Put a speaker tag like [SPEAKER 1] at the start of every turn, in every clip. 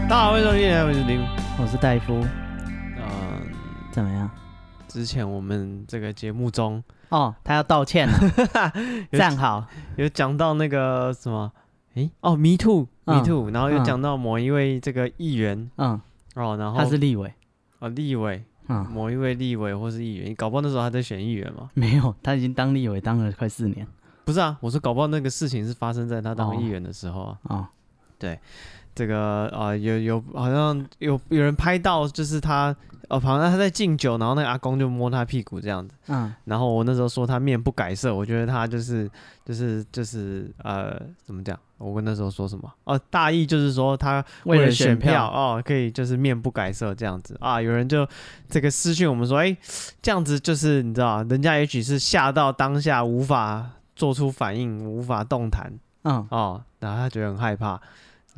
[SPEAKER 1] 进来，我是林。
[SPEAKER 2] 我是戴夫，
[SPEAKER 1] 嗯，
[SPEAKER 2] 怎么样？
[SPEAKER 1] 之前我们这个节目中
[SPEAKER 2] 哦，他要道 歉了，
[SPEAKER 1] 有
[SPEAKER 2] 站好，
[SPEAKER 1] 有讲到那个什么，诶，哦，Me Too，Me
[SPEAKER 2] 嗯
[SPEAKER 1] Too，、然后又
[SPEAKER 2] 嗯
[SPEAKER 1] 讲到某一位这个议员
[SPEAKER 2] 嗯，
[SPEAKER 1] 哦，然后
[SPEAKER 2] 他是立委，
[SPEAKER 1] 哦立委，
[SPEAKER 2] 嗯，
[SPEAKER 1] 某一位立委或是议员，搞不好那时候还在选议员嘛？
[SPEAKER 2] 没有，他已经当立委当了快四年，
[SPEAKER 1] 不是啊，我说搞不好那个事情是发生在他当
[SPEAKER 2] 哦
[SPEAKER 1] 议员的时候啊。
[SPEAKER 2] 哦，
[SPEAKER 1] 这个啊、呃有有好像有有人拍到，就是他哦，好像他在敬酒，然后那个阿公就摸他屁股这样子。
[SPEAKER 2] 嗯，
[SPEAKER 1] 然后我那时候说他面不改色，我觉得他就是就是就是呃，怎么讲？我那时候说什么？哦，大意就是说他为了选票，哦，可以就是面不改色这样子啊。有人就这个私讯我们说，哎，这样子就是你知道，人家也许是吓到当下无法做出反应，无法动弹
[SPEAKER 2] 嗯，
[SPEAKER 1] 哦，然后他觉得很害怕。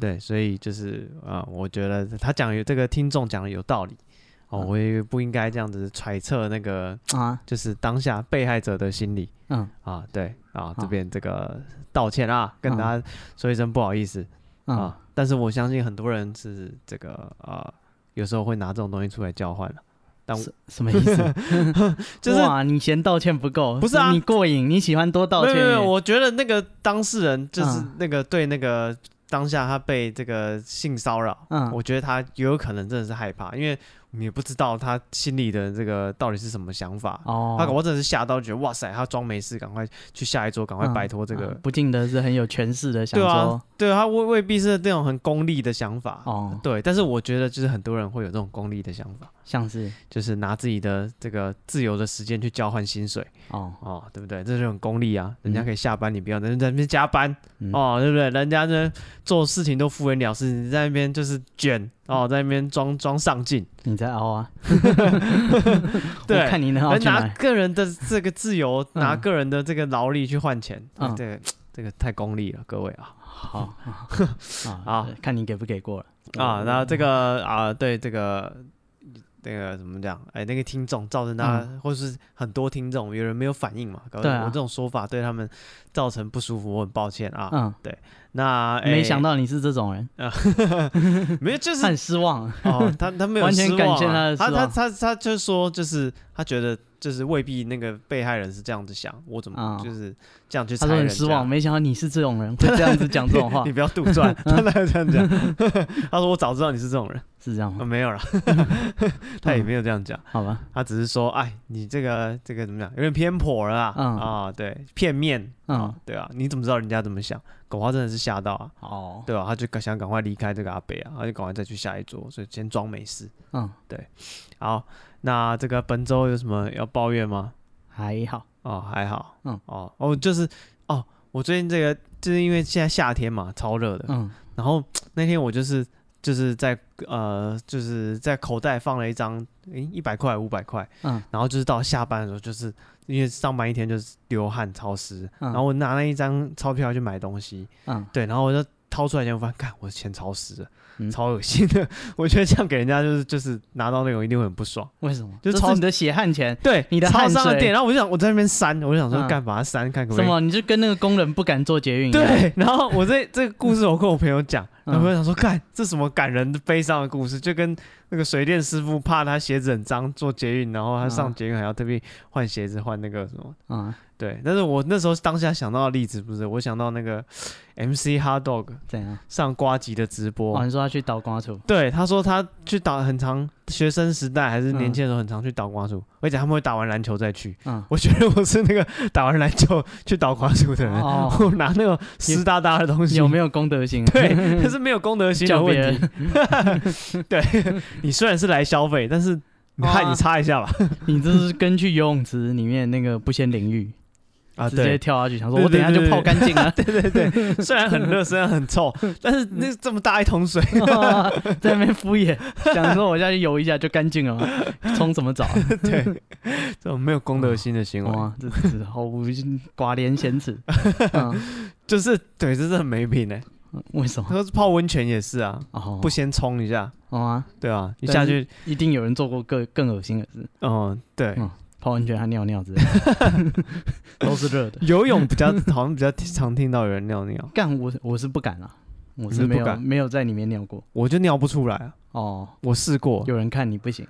[SPEAKER 1] 对，所以就是啊、呃我觉得他讲有这个听众讲的有道理哦，我也不应该这样子揣测那个
[SPEAKER 2] 啊，
[SPEAKER 1] 就是当下被害者的心理
[SPEAKER 2] 嗯，
[SPEAKER 1] 啊，对啊，这
[SPEAKER 2] 好
[SPEAKER 1] 边这个道歉啊，跟大家说一声不好意思、
[SPEAKER 2] 嗯，
[SPEAKER 1] 啊，但是我相信很多人是这个呃，有时候会拿这种东西出来交换了，但我
[SPEAKER 2] 什什么意思？
[SPEAKER 1] 就是
[SPEAKER 2] 哇，你嫌道歉不够，
[SPEAKER 1] 不是啊
[SPEAKER 2] 你过瘾，你喜欢多道
[SPEAKER 1] 没有
[SPEAKER 2] 歉，
[SPEAKER 1] 没有没有，我觉得那个当事人就是
[SPEAKER 2] 嗯
[SPEAKER 1] 那个对那个当下他被这个性骚扰，
[SPEAKER 2] 嗯
[SPEAKER 1] 我觉得他有可能真的是害怕，因为我们也不知道他心里的这个到底是什么想法。
[SPEAKER 2] 哦，
[SPEAKER 1] 他搞不好真的是吓到，觉得哇塞，他装没事，赶快去下一桌，赶快
[SPEAKER 2] 嗯
[SPEAKER 1] 摆脱这个
[SPEAKER 2] 嗯不见得是很有权势的，想
[SPEAKER 1] 对啊
[SPEAKER 2] 说，，
[SPEAKER 1] 对啊他未未必是那种很功利的想法。
[SPEAKER 2] 哦，
[SPEAKER 1] 对，但是我觉得就是很多人会有这种功利的想法，
[SPEAKER 2] 像是，
[SPEAKER 1] 就是拿自己的这个自由的时间去交换薪水
[SPEAKER 2] 哦，
[SPEAKER 1] 哦，对不对？这是很功利啊，人家
[SPEAKER 2] 嗯
[SPEAKER 1] 可以下班，你不要在在那边加班、
[SPEAKER 2] 嗯
[SPEAKER 1] 哦，对不对？人家呢做事情都敷衍了事，你在那边就是卷
[SPEAKER 2] 嗯
[SPEAKER 1] 哦，在那边装装上进，
[SPEAKER 2] 你在凹啊，
[SPEAKER 1] 对
[SPEAKER 2] 我看你能凹
[SPEAKER 1] 而
[SPEAKER 2] 去哪
[SPEAKER 1] 拿
[SPEAKER 2] 里，
[SPEAKER 1] 个人的这个自由，
[SPEAKER 2] 嗯
[SPEAKER 1] 拿个人的这个劳力去换钱，哎
[SPEAKER 2] 嗯
[SPEAKER 1] 这个这个太功利了，各位啊。
[SPEAKER 2] 好，啊
[SPEAKER 1] 好
[SPEAKER 2] 啊，看你给不给过了
[SPEAKER 1] 啊，然后这个啊，对这个那个怎么讲？哎，那个听众造成他，或是很多听众有人没有反应嘛？搞不好
[SPEAKER 2] 嗯对啊
[SPEAKER 1] 我这种说法对他们造成不舒服，我很抱歉啊。
[SPEAKER 2] 嗯，
[SPEAKER 1] 那、哎
[SPEAKER 2] 没想到你是这种人，
[SPEAKER 1] 没有，就
[SPEAKER 2] 他
[SPEAKER 1] 是
[SPEAKER 2] 很失望。
[SPEAKER 1] 哦，他他没有
[SPEAKER 2] 完全
[SPEAKER 1] 失望啊、
[SPEAKER 2] 感谢他的
[SPEAKER 1] 他
[SPEAKER 2] 失
[SPEAKER 1] 他
[SPEAKER 2] 望
[SPEAKER 1] 他他就说，就是他觉得就是未必那个被害人是这样子想，我怎么
[SPEAKER 2] 哦
[SPEAKER 1] 就是这样去
[SPEAKER 2] 他
[SPEAKER 1] 猜
[SPEAKER 2] 说
[SPEAKER 1] 人
[SPEAKER 2] 很
[SPEAKER 1] 家？
[SPEAKER 2] 失望，没想到你是这种人，会这样子讲这种话
[SPEAKER 1] 你，不要杜 撰，他哪有这样讲？ 他说我早知道你是这种人，
[SPEAKER 2] 是这样
[SPEAKER 1] 啊、
[SPEAKER 2] 吗？
[SPEAKER 1] 没有了， 他也没有这样讲。
[SPEAKER 2] 好吧，
[SPEAKER 1] 他只是说，哎，你这个这个怎么讲，有点偏颇了啊，
[SPEAKER 2] 嗯
[SPEAKER 1] 啊，对，片面啊
[SPEAKER 2] 嗯，，
[SPEAKER 1] 对啊，你怎么知道人家怎么想？狗花真的是吓到啊，
[SPEAKER 2] 哦，
[SPEAKER 1] 对啊，他就赶想赶快离开这个阿北啊，他就赶快再去下一桌，所以先装没事。
[SPEAKER 2] 嗯，
[SPEAKER 1] 好，那这个本周有什么要抱怨吗？
[SPEAKER 2] 还好，
[SPEAKER 1] 哦，还好，
[SPEAKER 2] 嗯，
[SPEAKER 1] 哦，哦，就是哦，我最近这个就是因为现在夏天嘛，超热的，
[SPEAKER 2] 嗯
[SPEAKER 1] 然后那天我就是就是在呃就是在口袋放了一张诶一百块五百块，
[SPEAKER 2] 嗯
[SPEAKER 1] 然后就是到下班的时候，就是因为上班一天就是流汗潮湿，
[SPEAKER 2] 嗯
[SPEAKER 1] 然后我拿那一张钞票去买东西，
[SPEAKER 2] 嗯，
[SPEAKER 1] 对，然后我就掏出来钱，我发现，看我的钱潮湿了，
[SPEAKER 2] 嗯
[SPEAKER 1] 超恶心的。 我觉得这样给人家就是就是拿到那种一定会很不爽。
[SPEAKER 2] 为什么？
[SPEAKER 1] 就
[SPEAKER 2] 这
[SPEAKER 1] 超
[SPEAKER 2] 是你的血汗钱，
[SPEAKER 1] 对，
[SPEAKER 2] 你的
[SPEAKER 1] 超
[SPEAKER 2] 汗
[SPEAKER 1] 伤的
[SPEAKER 2] 水
[SPEAKER 1] 点，然后我就想我在那边删，我就想说
[SPEAKER 2] 嗯
[SPEAKER 1] 干嘛删，看可不
[SPEAKER 2] 什
[SPEAKER 1] 可以
[SPEAKER 2] 么？你就跟那个工人不敢做捷运一样，
[SPEAKER 1] 对，然后我这这个故事我跟我朋友讲，然
[SPEAKER 2] 嗯
[SPEAKER 1] 后我朋友想说，看这什么感人的悲伤的故事，就跟那个水电师傅怕他鞋子很脏做捷运，然后他上
[SPEAKER 2] 嗯
[SPEAKER 1] 捷运还要特别换鞋子换那个什么，
[SPEAKER 2] 嗯，
[SPEAKER 1] 对。但是我那时候当下想到的例子不是，我想到那 个 MC Hot Dog
[SPEAKER 2] 怎样？
[SPEAKER 1] 上瓜吉的直播，
[SPEAKER 2] 哦，你说他去倒瓜处，
[SPEAKER 1] 对，他说他去打很长，学生时代还是年轻的时候很常去倒瓜树，而且他们会打完篮球再去。
[SPEAKER 2] 嗯，
[SPEAKER 1] 我觉得我是那个打完篮球去倒瓜树的人，
[SPEAKER 2] 哦
[SPEAKER 1] 我拿那种湿哒哒的东西，
[SPEAKER 2] 有没有公德 心？啊
[SPEAKER 1] 对，可是没有公德心的
[SPEAKER 2] 叫
[SPEAKER 1] 问
[SPEAKER 2] 别
[SPEAKER 1] 题。
[SPEAKER 2] 人，
[SPEAKER 1] 对，你虽然是来消费，但是你
[SPEAKER 2] 哦
[SPEAKER 1] 看、
[SPEAKER 2] 啊
[SPEAKER 1] 你擦一下吧。
[SPEAKER 2] 你这是跟去游泳池里面那个不先淋浴，
[SPEAKER 1] 啊，
[SPEAKER 2] 直接
[SPEAKER 1] 对，
[SPEAKER 2] 跳下去，想说
[SPEAKER 1] 对
[SPEAKER 2] 我等一下
[SPEAKER 1] 对对
[SPEAKER 2] 就泡干净了，
[SPEAKER 1] 虽然很热，虽然很臭，但是那这么大一桶水，
[SPEAKER 2] 在那边敷衍，想说我下去游一下就干净了嘛， 冲什么 澡啊？
[SPEAKER 1] 对，这种没有公德心的行为，
[SPEAKER 2] 哇，这真是毫无寡廉鲜 耻。嗯，
[SPEAKER 1] 就是对，这是很没品哎。
[SPEAKER 2] 为什么？
[SPEAKER 1] 他说泡温泉也是啊，
[SPEAKER 2] 哦，
[SPEAKER 1] 不先冲一下，
[SPEAKER 2] 哦啊，
[SPEAKER 1] 对啊，一下
[SPEAKER 2] 但
[SPEAKER 1] 去
[SPEAKER 2] 是一定有人做过更更恶心的事，
[SPEAKER 1] 嗯，对，
[SPEAKER 2] 嗯泡温泉和尿尿之类的， 都是热的。
[SPEAKER 1] 游泳比 较好像比较常听到有人尿尿，
[SPEAKER 2] 干我我是不敢啊，我
[SPEAKER 1] 你是
[SPEAKER 2] 是
[SPEAKER 1] 不
[SPEAKER 2] 没有
[SPEAKER 1] 敢
[SPEAKER 2] 没有在里面尿过。
[SPEAKER 1] 我就尿不出来啊。
[SPEAKER 2] 哦，
[SPEAKER 1] 我试过，
[SPEAKER 2] 有人看你不行，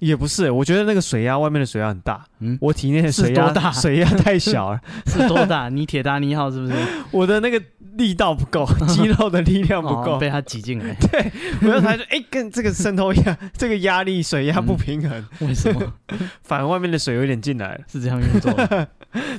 [SPEAKER 1] 也不是、欸我觉得那个水压外面的水压很大，
[SPEAKER 2] 嗯，
[SPEAKER 1] 我体内的水
[SPEAKER 2] 是多
[SPEAKER 1] 压
[SPEAKER 2] 大
[SPEAKER 1] 水压太小 了，
[SPEAKER 2] 是多大？你铁达尼 号是不是？
[SPEAKER 1] 我的那个力道不 够，肌肉的力量不
[SPEAKER 2] 哦
[SPEAKER 1] 够，
[SPEAKER 2] 被他挤进来，
[SPEAKER 1] 我就才说，哎、跟这个渗透压，这个压力水压不平衡，
[SPEAKER 2] 为什么
[SPEAKER 1] 反而外面的水有点进来了。
[SPEAKER 2] 是这样运 作的？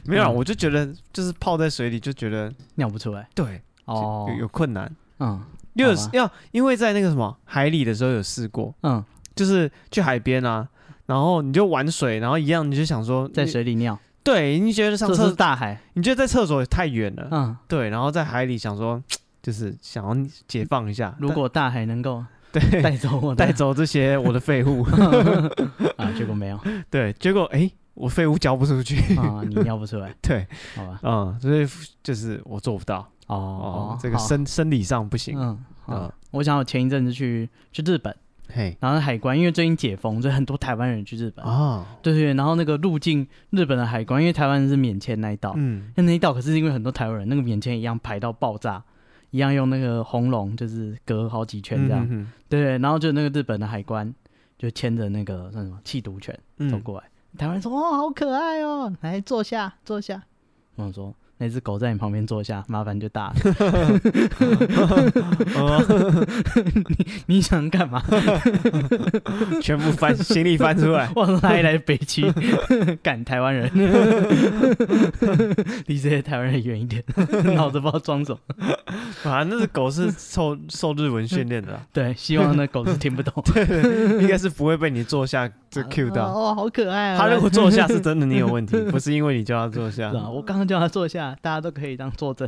[SPEAKER 1] 没有啊，
[SPEAKER 2] 嗯
[SPEAKER 1] 我就觉得就是泡在水里就觉得
[SPEAKER 2] 尿不出来
[SPEAKER 1] 对
[SPEAKER 2] 哦
[SPEAKER 1] 有，有困难，
[SPEAKER 2] 嗯
[SPEAKER 1] 因为
[SPEAKER 2] 好吧
[SPEAKER 1] 要因为在那个什么海里的时候有试过，
[SPEAKER 2] 嗯，
[SPEAKER 1] 就是去海边啊，然后你就玩水，然后一样你就想说
[SPEAKER 2] 在
[SPEAKER 1] 你
[SPEAKER 2] 水里尿，
[SPEAKER 1] 对，你觉得上
[SPEAKER 2] 这
[SPEAKER 1] 厕
[SPEAKER 2] 是大海，
[SPEAKER 1] 你觉得在厕所太远了，
[SPEAKER 2] 嗯，
[SPEAKER 1] 对，然后在海里想说就是想要解放一下，
[SPEAKER 2] 如果大海 能够
[SPEAKER 1] 但对
[SPEAKER 2] 带走我的
[SPEAKER 1] 带走这些我的废 物，
[SPEAKER 2] 啊，结 果没有
[SPEAKER 1] 对，结果哎、我废物交不出去，
[SPEAKER 2] 啊，你尿不出来，
[SPEAKER 1] 对，
[SPEAKER 2] 好吧？
[SPEAKER 1] 嗯，所以就是我做不到哦
[SPEAKER 2] 哦哦，，
[SPEAKER 1] 这个
[SPEAKER 2] 好
[SPEAKER 1] 生生理上不行，
[SPEAKER 2] 嗯，
[SPEAKER 1] 嗯
[SPEAKER 2] 好。我想我前一阵子去去日本，
[SPEAKER 1] 嘿
[SPEAKER 2] 然后海关，因为最近解封，所以很多台湾人去日本。
[SPEAKER 1] 啊，
[SPEAKER 2] 对对，然后那个入境日本的海关，因为台湾人是免签那一道，
[SPEAKER 1] 嗯，
[SPEAKER 2] 那那一道可是因为很多台湾人那个免签一样排到爆炸，一样用那个红龙就是隔好几圈这
[SPEAKER 1] 嗯
[SPEAKER 2] 样。
[SPEAKER 1] 哼
[SPEAKER 2] 对对，然后就那个日本的海关就牵着那个算什么缉毒犬
[SPEAKER 1] 嗯
[SPEAKER 2] 走过来，台湾人说哦好可爱哦，来坐下坐下。我想说那只狗在你旁边坐下，麻烦就大了。
[SPEAKER 1] 哦，
[SPEAKER 2] 你想干嘛？
[SPEAKER 1] 全部翻 行李翻出 来，
[SPEAKER 2] 我说哪里来的北 区？赶台湾 人，离这些台湾人远一点， 脑子不知道装什么。
[SPEAKER 1] 啊，那只狗是受受日文训练的 啦，
[SPEAKER 2] 对，希望那狗是听 不懂。
[SPEAKER 1] 应该是不会被你坐下这 Q 到。
[SPEAKER 2] 哦，好可爱啊！
[SPEAKER 1] 他如果坐下是真的你有问题，不是因为你叫他坐下
[SPEAKER 2] 是。啊，我刚刚叫他坐下，大家都可以当作证。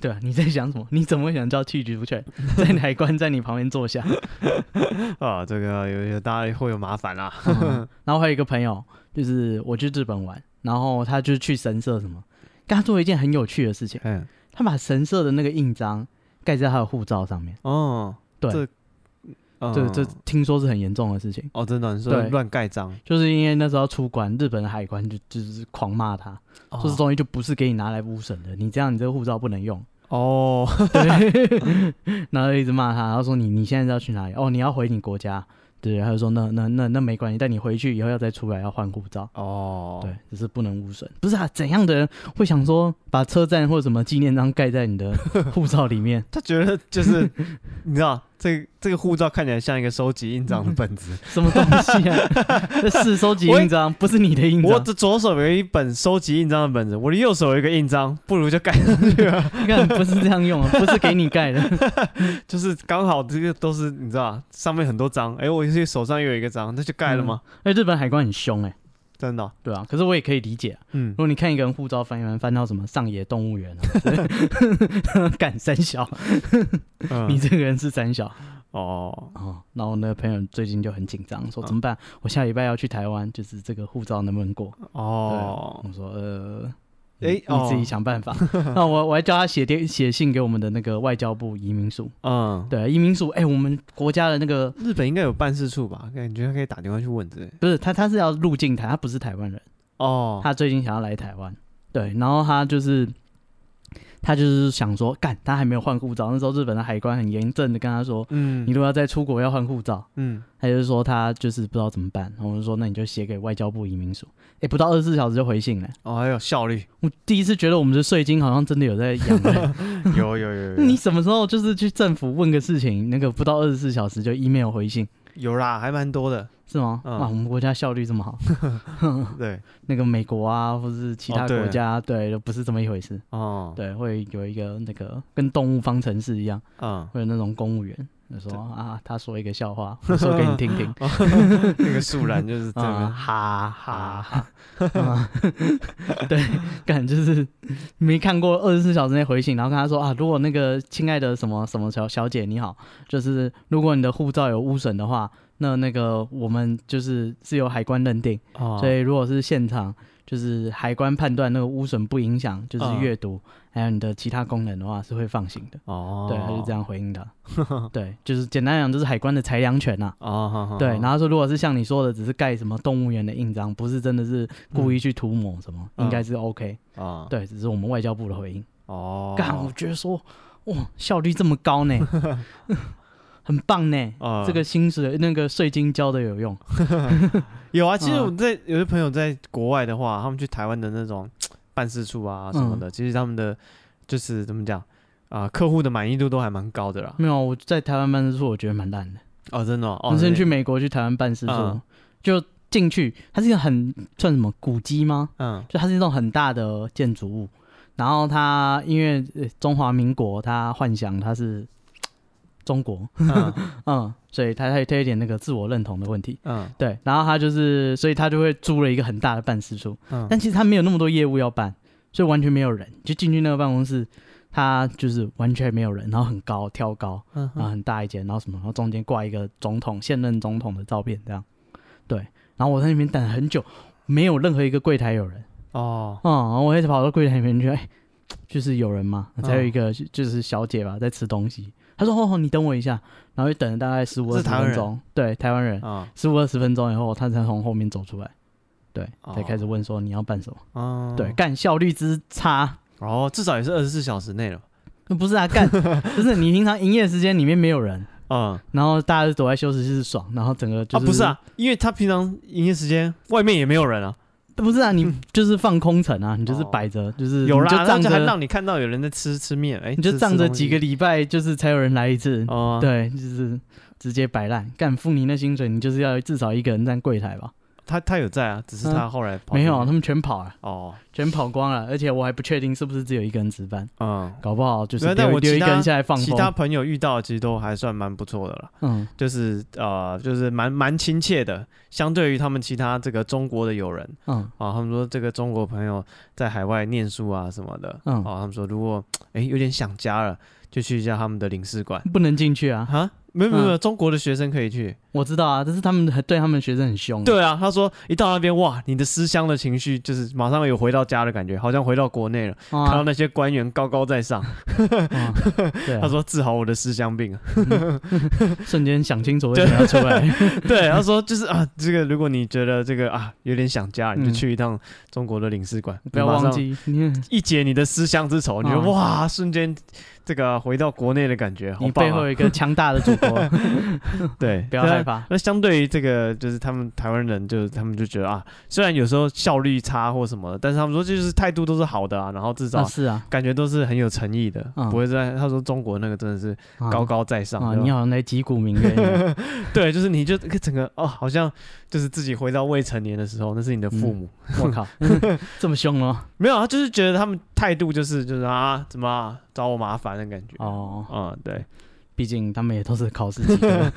[SPEAKER 2] 对啊，你在想什么？你怎么会想叫去局犬在海关在你旁边坐下？
[SPEAKER 1] 啊，这个有有大家会有麻烦啊啦。
[SPEAKER 2] 嗯然后还有一个朋友，就是我去日本玩，然后他就去神社什么，跟他做了一件很有趣的事情，
[SPEAKER 1] 嗯，
[SPEAKER 2] 他把神社的那个印章盖在他的护照上面。
[SPEAKER 1] 哦，
[SPEAKER 2] 对，
[SPEAKER 1] 这嗯
[SPEAKER 2] 这这听说是很严重的事情，
[SPEAKER 1] 哦，真的，你说
[SPEAKER 2] 对
[SPEAKER 1] 乱盖章，
[SPEAKER 2] 就是因为那时候出关，日本的海关就就是狂骂他，
[SPEAKER 1] 哦
[SPEAKER 2] 说这东西就不是给你拿来污审的，你这样你这个护照不能用。
[SPEAKER 1] 哦，
[SPEAKER 2] 对， 然后一直骂他，然后说你你现在要去哪里？哦，你要回你国家。对，他就说那那那那没关系，但你回去以后要再出来要换护照。
[SPEAKER 1] 哦，
[SPEAKER 2] 对，只是不能污损。不是啊，怎样的人会想说把车站或者什么纪念章盖在你的护照里 面？
[SPEAKER 1] 他觉得就是 你知道，这个这个护照看起来像一个收集印章 的本子。
[SPEAKER 2] 什么东西啊？ 这是收集
[SPEAKER 1] 我也
[SPEAKER 2] 印章，不是你的印
[SPEAKER 1] 我
[SPEAKER 2] 章。
[SPEAKER 1] 的左手有一本收集印章的本子，我的右手有一个印章，不如就盖 上去了。
[SPEAKER 2] 你看， 不是这样用啊，不是给你盖的。
[SPEAKER 1] 就是刚好这个都是你知道，上面很多章，哎、我这手上又有一个章，那就盖了吗？
[SPEAKER 2] 哎，日本海关很凶哎、
[SPEAKER 1] 真的哦、
[SPEAKER 2] 对啊，可是我也可以理解、啊，
[SPEAKER 1] 嗯
[SPEAKER 2] 如，果你看一个人护照翻一翻，翻到什么上野动物园 啊， 干三小，
[SPEAKER 1] 嗯
[SPEAKER 2] 你这个人是三小
[SPEAKER 1] 哦，
[SPEAKER 2] 哦。然后我那个朋友最近就很紧张，说
[SPEAKER 1] 嗯
[SPEAKER 2] 怎么办？我下礼拜要去台湾，就是这个护照能不能过？
[SPEAKER 1] 哦，
[SPEAKER 2] 我说呃。
[SPEAKER 1] 哎
[SPEAKER 2] 你你自
[SPEAKER 1] 哦
[SPEAKER 2] 己想办法。 那我我还叫他写电写信给我们的那个外交部移民署，
[SPEAKER 1] 嗯，
[SPEAKER 2] 对移民署，哎、我们国家的那个
[SPEAKER 1] 日本应该有办事处吧？感觉可以打电话去问之类。
[SPEAKER 2] 不是他，他是要入境台，他不是台湾人。
[SPEAKER 1] 哦，
[SPEAKER 2] 他最近想要来台湾，对，然后他就是他就是想说，干，他还没有换护照，那时候日本的海关很严正的跟他说，你
[SPEAKER 1] 嗯
[SPEAKER 2] 如果要再出国要换护照，
[SPEAKER 1] 嗯，
[SPEAKER 2] 他就是说他就是不知道怎么办，然后我就说那你就写给外交部移民署，哎，不到二十四小时就回信了，
[SPEAKER 1] 哦，还有效 率，
[SPEAKER 2] 我第一次觉得我们的税金好像真的有在 养
[SPEAKER 1] 啊
[SPEAKER 2] 人，
[SPEAKER 1] 有有有
[SPEAKER 2] 那你什么时候就是去政府问个事情，那个不到二十四小时就 email 回信
[SPEAKER 1] 有啦，还蛮多 的。
[SPEAKER 2] 是吗？
[SPEAKER 1] 嗯
[SPEAKER 2] 哇，我们国家效率这么好，
[SPEAKER 1] 对，
[SPEAKER 2] 那个美国啊或是其
[SPEAKER 1] 哦
[SPEAKER 2] 他
[SPEAKER 1] 对
[SPEAKER 2] 国家，对，都不是这么一回事。
[SPEAKER 1] 哦，
[SPEAKER 2] 对，会有一个那个跟动物方程式一样，
[SPEAKER 1] 嗯，
[SPEAKER 2] 会有那种公务员就说
[SPEAKER 1] 对
[SPEAKER 2] 啊，他说一个笑话，我说给你听听
[SPEAKER 1] 那个树懒就是 这
[SPEAKER 2] 啊，
[SPEAKER 1] 个，
[SPEAKER 2] 哈哈哈， 啊对， 感就是没看过二十四小时内回信，然后跟他说啊，如果那个亲爱的什么什么小小姐你好，就是如果你的护照有污损的话，那那个我们就是是由海关认定，
[SPEAKER 1] 哦
[SPEAKER 2] 所以如果是现场，就是海关判断那个污损不影响，就是
[SPEAKER 1] 嗯
[SPEAKER 2] 阅读、还有你的其他功能的话，是会放行的。
[SPEAKER 1] 哦，
[SPEAKER 2] 对，他就这样回应的。对，就是简单讲，就是海关的裁量权啊呐、
[SPEAKER 1] 哦，好好
[SPEAKER 2] 对，
[SPEAKER 1] 好
[SPEAKER 2] 然后说如果是像你说的，只是盖什么动物园的印章，不是真的是故意去涂抹什么，
[SPEAKER 1] 嗯
[SPEAKER 2] 应该是 OK、
[SPEAKER 1] 啊，
[SPEAKER 2] 对，只是我们外交部的回应。
[SPEAKER 1] 哦，
[SPEAKER 2] 干、我觉得说，哇，效率这么高呢。很棒呢。
[SPEAKER 1] 啊
[SPEAKER 2] 这个薪水那个税金交的有用，
[SPEAKER 1] 有啊，其实
[SPEAKER 2] 嗯
[SPEAKER 1] 我在、有的朋友在国外的话，他们去台湾的那种办事处啊什
[SPEAKER 2] 嗯
[SPEAKER 1] 么的，其实他们的就是怎么讲啊、客户的满意度都还蛮高的啦。
[SPEAKER 2] 没有我在台湾办事处我觉得蛮烂的。
[SPEAKER 1] 哦，真的哦，
[SPEAKER 2] 我之前
[SPEAKER 1] 那
[SPEAKER 2] 去美国去台湾办事处，
[SPEAKER 1] 嗯
[SPEAKER 2] 就进去，它是一个很算什么古迹吗？
[SPEAKER 1] 嗯
[SPEAKER 2] 就它是一栋很大的建筑物，然后它因为呃中华民国它幻想它是中国，
[SPEAKER 1] 嗯
[SPEAKER 2] 嗯，所以它它有它有一点那个自我认同的问题。
[SPEAKER 1] 嗯
[SPEAKER 2] 对，然后他就是，所以他就会租了一个很大的办事处，
[SPEAKER 1] 嗯，
[SPEAKER 2] 但其实他没有那么多业务要办，所以完全没有人。就进去那个办公室，他就是完全没有人，然后很高，挑高，
[SPEAKER 1] 嗯
[SPEAKER 2] 然后很大一间，然后什么，然后中间挂一个总统现任总统的照片，这样。对，然后我在那边等了很久，没有任何一个柜台有人。
[SPEAKER 1] 哦，
[SPEAKER 2] 嗯，然后我一直跑到柜台里面 去，哎，就是有人嘛，
[SPEAKER 1] 嗯
[SPEAKER 2] 才有一个就就是小姐吧，在吃东西。她说：“哦，你等我一下。”然后就等了大概十五
[SPEAKER 1] 是
[SPEAKER 2] 二十
[SPEAKER 1] 台湾
[SPEAKER 2] 分
[SPEAKER 1] 人
[SPEAKER 2] 钟，对，台湾人。
[SPEAKER 1] 啊
[SPEAKER 2] 十五二十分钟以后，他才从后面走出来，对，
[SPEAKER 1] 哦
[SPEAKER 2] 才开始问说你要办什么。
[SPEAKER 1] 嗯，
[SPEAKER 2] 对，，干效率之差，
[SPEAKER 1] 哦，至少也是二十四小时内了，
[SPEAKER 2] 不是 啊，干不是你平常营业时间里面没有人，
[SPEAKER 1] 嗯
[SPEAKER 2] 然后大家都躲在休息室爽，然后整个就
[SPEAKER 1] 啊，
[SPEAKER 2] 是、
[SPEAKER 1] 不是，啊，因为他平常营业时间外面也没有人啊，
[SPEAKER 2] 不是啊，你就是放空城啊，你就是
[SPEAKER 1] 哦
[SPEAKER 2] 摆着，就是
[SPEAKER 1] 有
[SPEAKER 2] 你就
[SPEAKER 1] 啦，那
[SPEAKER 2] 仗
[SPEAKER 1] 就还
[SPEAKER 2] 着
[SPEAKER 1] 让你看到有人在吃吃面，哎，
[SPEAKER 2] 你就
[SPEAKER 1] 吃
[SPEAKER 2] 仗着几个嗯礼拜，就是才有人来一次，
[SPEAKER 1] 哦，对，
[SPEAKER 2] 对，就是直接摆烂，干付你那薪水，你就是要至少一个人站柜台吧？
[SPEAKER 1] 他他有在啊，只是
[SPEAKER 2] 嗯
[SPEAKER 1] 他后来跑
[SPEAKER 2] 没有，
[SPEAKER 1] 去
[SPEAKER 2] 他们全跑了，
[SPEAKER 1] 哦，
[SPEAKER 2] 全跑光了，而且我还不确定是不是只有一个人值班。
[SPEAKER 1] 嗯。
[SPEAKER 2] 搞不好就是
[SPEAKER 1] 没有但
[SPEAKER 2] 丢
[SPEAKER 1] 我
[SPEAKER 2] 丢
[SPEAKER 1] 其
[SPEAKER 2] 一
[SPEAKER 1] 他
[SPEAKER 2] 个人下来放
[SPEAKER 1] 其
[SPEAKER 2] 风。
[SPEAKER 1] 他朋友遇到的其实都还算蛮不错的了，
[SPEAKER 2] 嗯，
[SPEAKER 1] 就是呃，就是蛮蛮亲切的，相对于他们其他这个中国的友人
[SPEAKER 2] 嗯
[SPEAKER 1] 啊，他们说这个中国朋友在海外念书啊什么的，
[SPEAKER 2] 嗯
[SPEAKER 1] 啊，他们说如果哎有点想家了，就去一下他们的领事馆
[SPEAKER 2] 不能进去啊！
[SPEAKER 1] 啊。没有没有没有，
[SPEAKER 2] 嗯
[SPEAKER 1] 中国的学生可以去。
[SPEAKER 2] 我知道啊，但是他们很对他们学生很凶。，
[SPEAKER 1] 对啊，他说一到那边哇，你的思乡的情绪就是马上有回到家的感觉，好像回到国内了，看到
[SPEAKER 2] 啊，
[SPEAKER 1] 那些官员高高在 上。
[SPEAKER 2] 啊对啊，
[SPEAKER 1] 他说治好我的思乡病啊。
[SPEAKER 2] 瞬间想清楚为什么要出 来。
[SPEAKER 1] 对，他说就是啊，这个如果你觉得这个啊有点想家，你就
[SPEAKER 2] 嗯
[SPEAKER 1] 去一趟中国的领事馆，
[SPEAKER 2] 不要
[SPEAKER 1] 马
[SPEAKER 2] 忘
[SPEAKER 1] 上
[SPEAKER 2] 记，你
[SPEAKER 1] 一解你的思乡之愁，你就
[SPEAKER 2] 啊
[SPEAKER 1] 哇，瞬间这个回到国内的感觉，好
[SPEAKER 2] 你
[SPEAKER 1] 棒
[SPEAKER 2] 背
[SPEAKER 1] 啊
[SPEAKER 2] 后有一个强大的祖 国，
[SPEAKER 1] 对，
[SPEAKER 2] 不要害
[SPEAKER 1] 那。
[SPEAKER 2] 怕。
[SPEAKER 1] 那相对于这个，就是他们台湾人，就是他们就觉得啊，虽然有时候效率差或什么的，但是他们说就是态度都是好的啊，然后至
[SPEAKER 2] 啊，
[SPEAKER 1] 少
[SPEAKER 2] 是啊，
[SPEAKER 1] 感觉都是很有诚意的，
[SPEAKER 2] 嗯
[SPEAKER 1] 不会在他说中国那个真的是
[SPEAKER 2] 啊
[SPEAKER 1] 高高在上，
[SPEAKER 2] 啊，
[SPEAKER 1] 对吧
[SPEAKER 2] 你好像在击鼓鸣冤一样。
[SPEAKER 1] 对，就是你就整个哦，好像就是自己回到未成年的时候，那是你的父母，
[SPEAKER 2] 我靠， 这么凶哦！
[SPEAKER 1] 没有，他就是觉得他们态度就是就是啊，怎么啊、找我麻烦的感觉。
[SPEAKER 2] 哦，
[SPEAKER 1] 嗯，对，
[SPEAKER 2] 毕竟他们也都是考试及 格，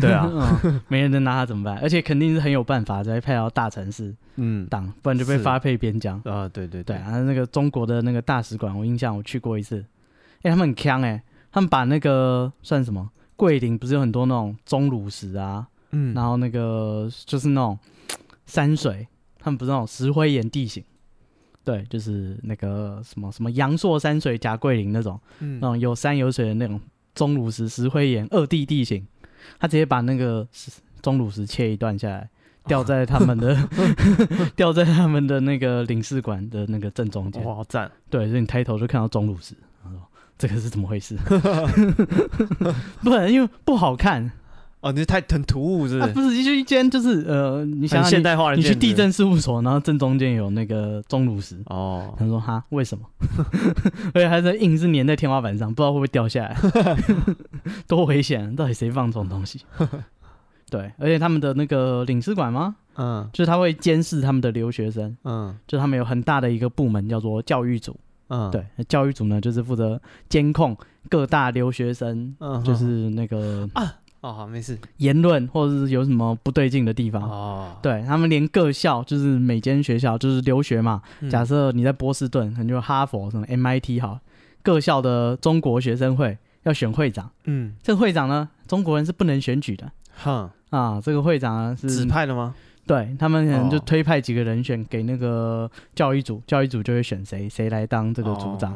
[SPEAKER 1] 对啊，
[SPEAKER 2] 嗯，没人能拿他怎么办？而且肯定是很有办法才派到大城市
[SPEAKER 1] 嗯，
[SPEAKER 2] 当，不然就被
[SPEAKER 1] 是
[SPEAKER 2] 发配边疆。
[SPEAKER 1] 啊，对对
[SPEAKER 2] 对啊，那个中国的那个大使馆，我印象我去过一次，哎、他们很强哎、他们把那个算什么桂林不是有很多那种钟乳石啊，
[SPEAKER 1] 嗯，
[SPEAKER 2] 然后那个就是那种山水，他们不是那种石灰岩地形，对，就是那个什么什么阳朔山水甲桂林那种，
[SPEAKER 1] 嗯
[SPEAKER 2] 那种有山有水的那种钟乳石石灰岩二地地形，他直接把那个石钟乳石切一段下来。吊在他们 的 吊在他们的那个领事馆的那个正中间，
[SPEAKER 1] 哇，好 赞，
[SPEAKER 2] 对，所以你抬头就看到钟乳石，然后说这个是怎么回事？ 不然因为不好看，
[SPEAKER 1] 哦，你太很突兀，是
[SPEAKER 2] 啊、
[SPEAKER 1] 不
[SPEAKER 2] 不是就一间就是呃，你
[SPEAKER 1] 是？
[SPEAKER 2] 想
[SPEAKER 1] 很
[SPEAKER 2] 想
[SPEAKER 1] 现
[SPEAKER 2] 你
[SPEAKER 1] 代化的
[SPEAKER 2] 你
[SPEAKER 1] 建
[SPEAKER 2] 去
[SPEAKER 1] 筑
[SPEAKER 2] 地震事务所，然后正中间有那个钟乳石。
[SPEAKER 1] 哦，
[SPEAKER 2] 他说哈，为什么？ 而且还在硬是粘在天花板上，不知道会不会掉下来， 多危险啊！到底谁放这种东西？ 对，而且他们的那个领事馆吗？
[SPEAKER 1] 嗯
[SPEAKER 2] 就是他会监视他们的留学生，
[SPEAKER 1] 嗯
[SPEAKER 2] 就他们有很大的一个部门叫做教育组，
[SPEAKER 1] 嗯，
[SPEAKER 2] 对，那教育组呢就是负责监控各大留学生，
[SPEAKER 1] 嗯，嗯，
[SPEAKER 2] 就是那个
[SPEAKER 1] 哦，好，没事，
[SPEAKER 2] 言论或者是有什么不对劲的地方。
[SPEAKER 1] 哦，
[SPEAKER 2] 对他们连各校，就是每间学校，就是留学嘛。
[SPEAKER 1] 嗯
[SPEAKER 2] 假设你在波士顿，可能就哈佛、什么 MIT 好，各校的中国学生会要选会长。
[SPEAKER 1] 嗯，
[SPEAKER 2] 这个会长呢，中国人是不能选举的
[SPEAKER 1] 哼，
[SPEAKER 2] 啊。这个会长呢
[SPEAKER 1] 指
[SPEAKER 2] 是，
[SPEAKER 1] 派了吗？
[SPEAKER 2] 对他们可能就
[SPEAKER 1] 哦
[SPEAKER 2] 推派几个人选给那个教育
[SPEAKER 1] 嗯
[SPEAKER 2] 组，教育组就会选谁谁来当这个组
[SPEAKER 1] 哦
[SPEAKER 2] 长。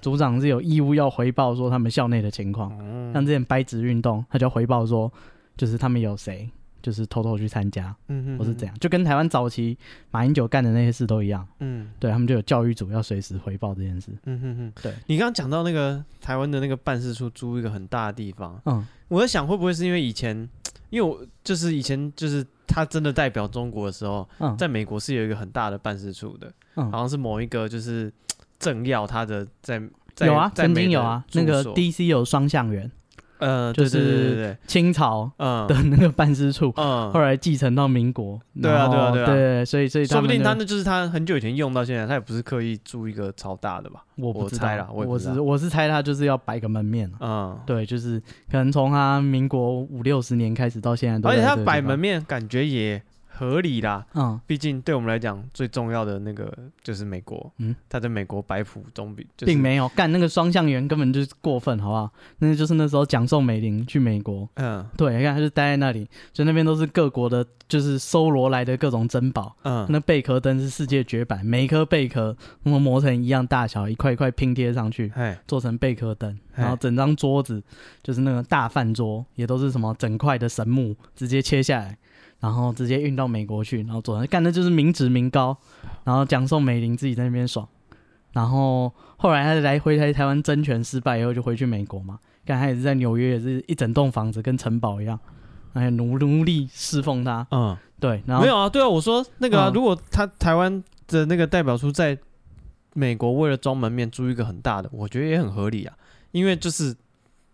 [SPEAKER 2] 组长是有义务要回报说他们校内的情况。
[SPEAKER 1] 哦，
[SPEAKER 2] 像之前掰直运动，他就要回报说，就是他们有谁就是偷偷去参加，
[SPEAKER 1] 嗯嗯，
[SPEAKER 2] 或是怎样，就跟台湾早期马英九干的那些事都一样，
[SPEAKER 1] 嗯，
[SPEAKER 2] 对他们就有教育组要随时回报这件事。
[SPEAKER 1] 嗯嗯嗯嗯，
[SPEAKER 2] 对
[SPEAKER 1] 你刚刚讲到那个台湾的那个办事处租一个很大的地方，
[SPEAKER 2] 嗯，
[SPEAKER 1] 我在想会不会是因为以前，因为我就是以前就是他真的代表中国的时候，
[SPEAKER 2] 嗯，
[SPEAKER 1] 在美国是有一个很大的办事处的，
[SPEAKER 2] 嗯
[SPEAKER 1] 好像是某一个就是政要他的在在
[SPEAKER 2] 有啊，
[SPEAKER 1] 在
[SPEAKER 2] 曾
[SPEAKER 1] 美
[SPEAKER 2] 经
[SPEAKER 1] 的
[SPEAKER 2] 有啊，那个
[SPEAKER 1] 住所
[SPEAKER 2] DC 有双向园，
[SPEAKER 1] 呃，
[SPEAKER 2] 就
[SPEAKER 1] 对对对对
[SPEAKER 2] 是
[SPEAKER 1] 对，
[SPEAKER 2] 清朝
[SPEAKER 1] 嗯
[SPEAKER 2] 的那个办事处，
[SPEAKER 1] 嗯
[SPEAKER 2] 后，来继承到民国。
[SPEAKER 1] 对啊
[SPEAKER 2] 然后
[SPEAKER 1] 对
[SPEAKER 2] 对
[SPEAKER 1] 啊对啊
[SPEAKER 2] 所以所以
[SPEAKER 1] 说不
[SPEAKER 2] 们
[SPEAKER 1] 定
[SPEAKER 2] 就
[SPEAKER 1] 他那就是他很久以前用到现在，他也不是刻意租一个超大的吧？
[SPEAKER 2] 我不
[SPEAKER 1] 我
[SPEAKER 2] 知
[SPEAKER 1] 猜
[SPEAKER 2] 道
[SPEAKER 1] 啦我也不
[SPEAKER 2] 我
[SPEAKER 1] 知
[SPEAKER 2] 只
[SPEAKER 1] 道
[SPEAKER 2] 我是猜他就是要摆个门面啊
[SPEAKER 1] 嗯，
[SPEAKER 2] 对，就是可能从他民国五六十年开始到现在都
[SPEAKER 1] 而
[SPEAKER 2] 在
[SPEAKER 1] 且
[SPEAKER 2] 这
[SPEAKER 1] 他
[SPEAKER 2] 个地
[SPEAKER 1] 摆
[SPEAKER 2] 方
[SPEAKER 1] 门，面感觉也合理啦，
[SPEAKER 2] 嗯，
[SPEAKER 1] 毕竟对我们来讲最重要的那个就是美国，
[SPEAKER 2] 嗯，
[SPEAKER 1] 他在美国摆谱总比就是
[SPEAKER 2] 并没有干那个双向园根本就是过分，好不好？那就是那时候蒋宋美龄去美国，
[SPEAKER 1] 嗯
[SPEAKER 2] 对，你看他就待在那里，就那边都是各国的，就是搜罗来的各种珍宝。
[SPEAKER 1] 嗯
[SPEAKER 2] 那贝壳灯是世界绝版，每一颗贝壳那么磨成一样大小，一块一块拼贴上去，
[SPEAKER 1] 哎
[SPEAKER 2] 做成贝壳灯。然后
[SPEAKER 1] 嘿
[SPEAKER 2] 整张桌子就是那个大饭桌，也都是什么整块的神木，直接切下来，然后直接运到美国去，然后做成干的就是民脂民膏。然后蒋宋美龄自己在那边爽，然后后来他来回台台湾争权失败以后，就回去美国嘛。干他也是在纽约，也是一整栋房子跟城堡一样，哎，奴奴隶侍奉他。
[SPEAKER 1] 嗯，
[SPEAKER 2] 对，然后
[SPEAKER 1] 没有啊，对啊，我说那个啊、
[SPEAKER 2] 嗯
[SPEAKER 1] 如果他台湾的那个代表处在美国为了装门面租一个很大的，我觉得也很合理啊，因为就是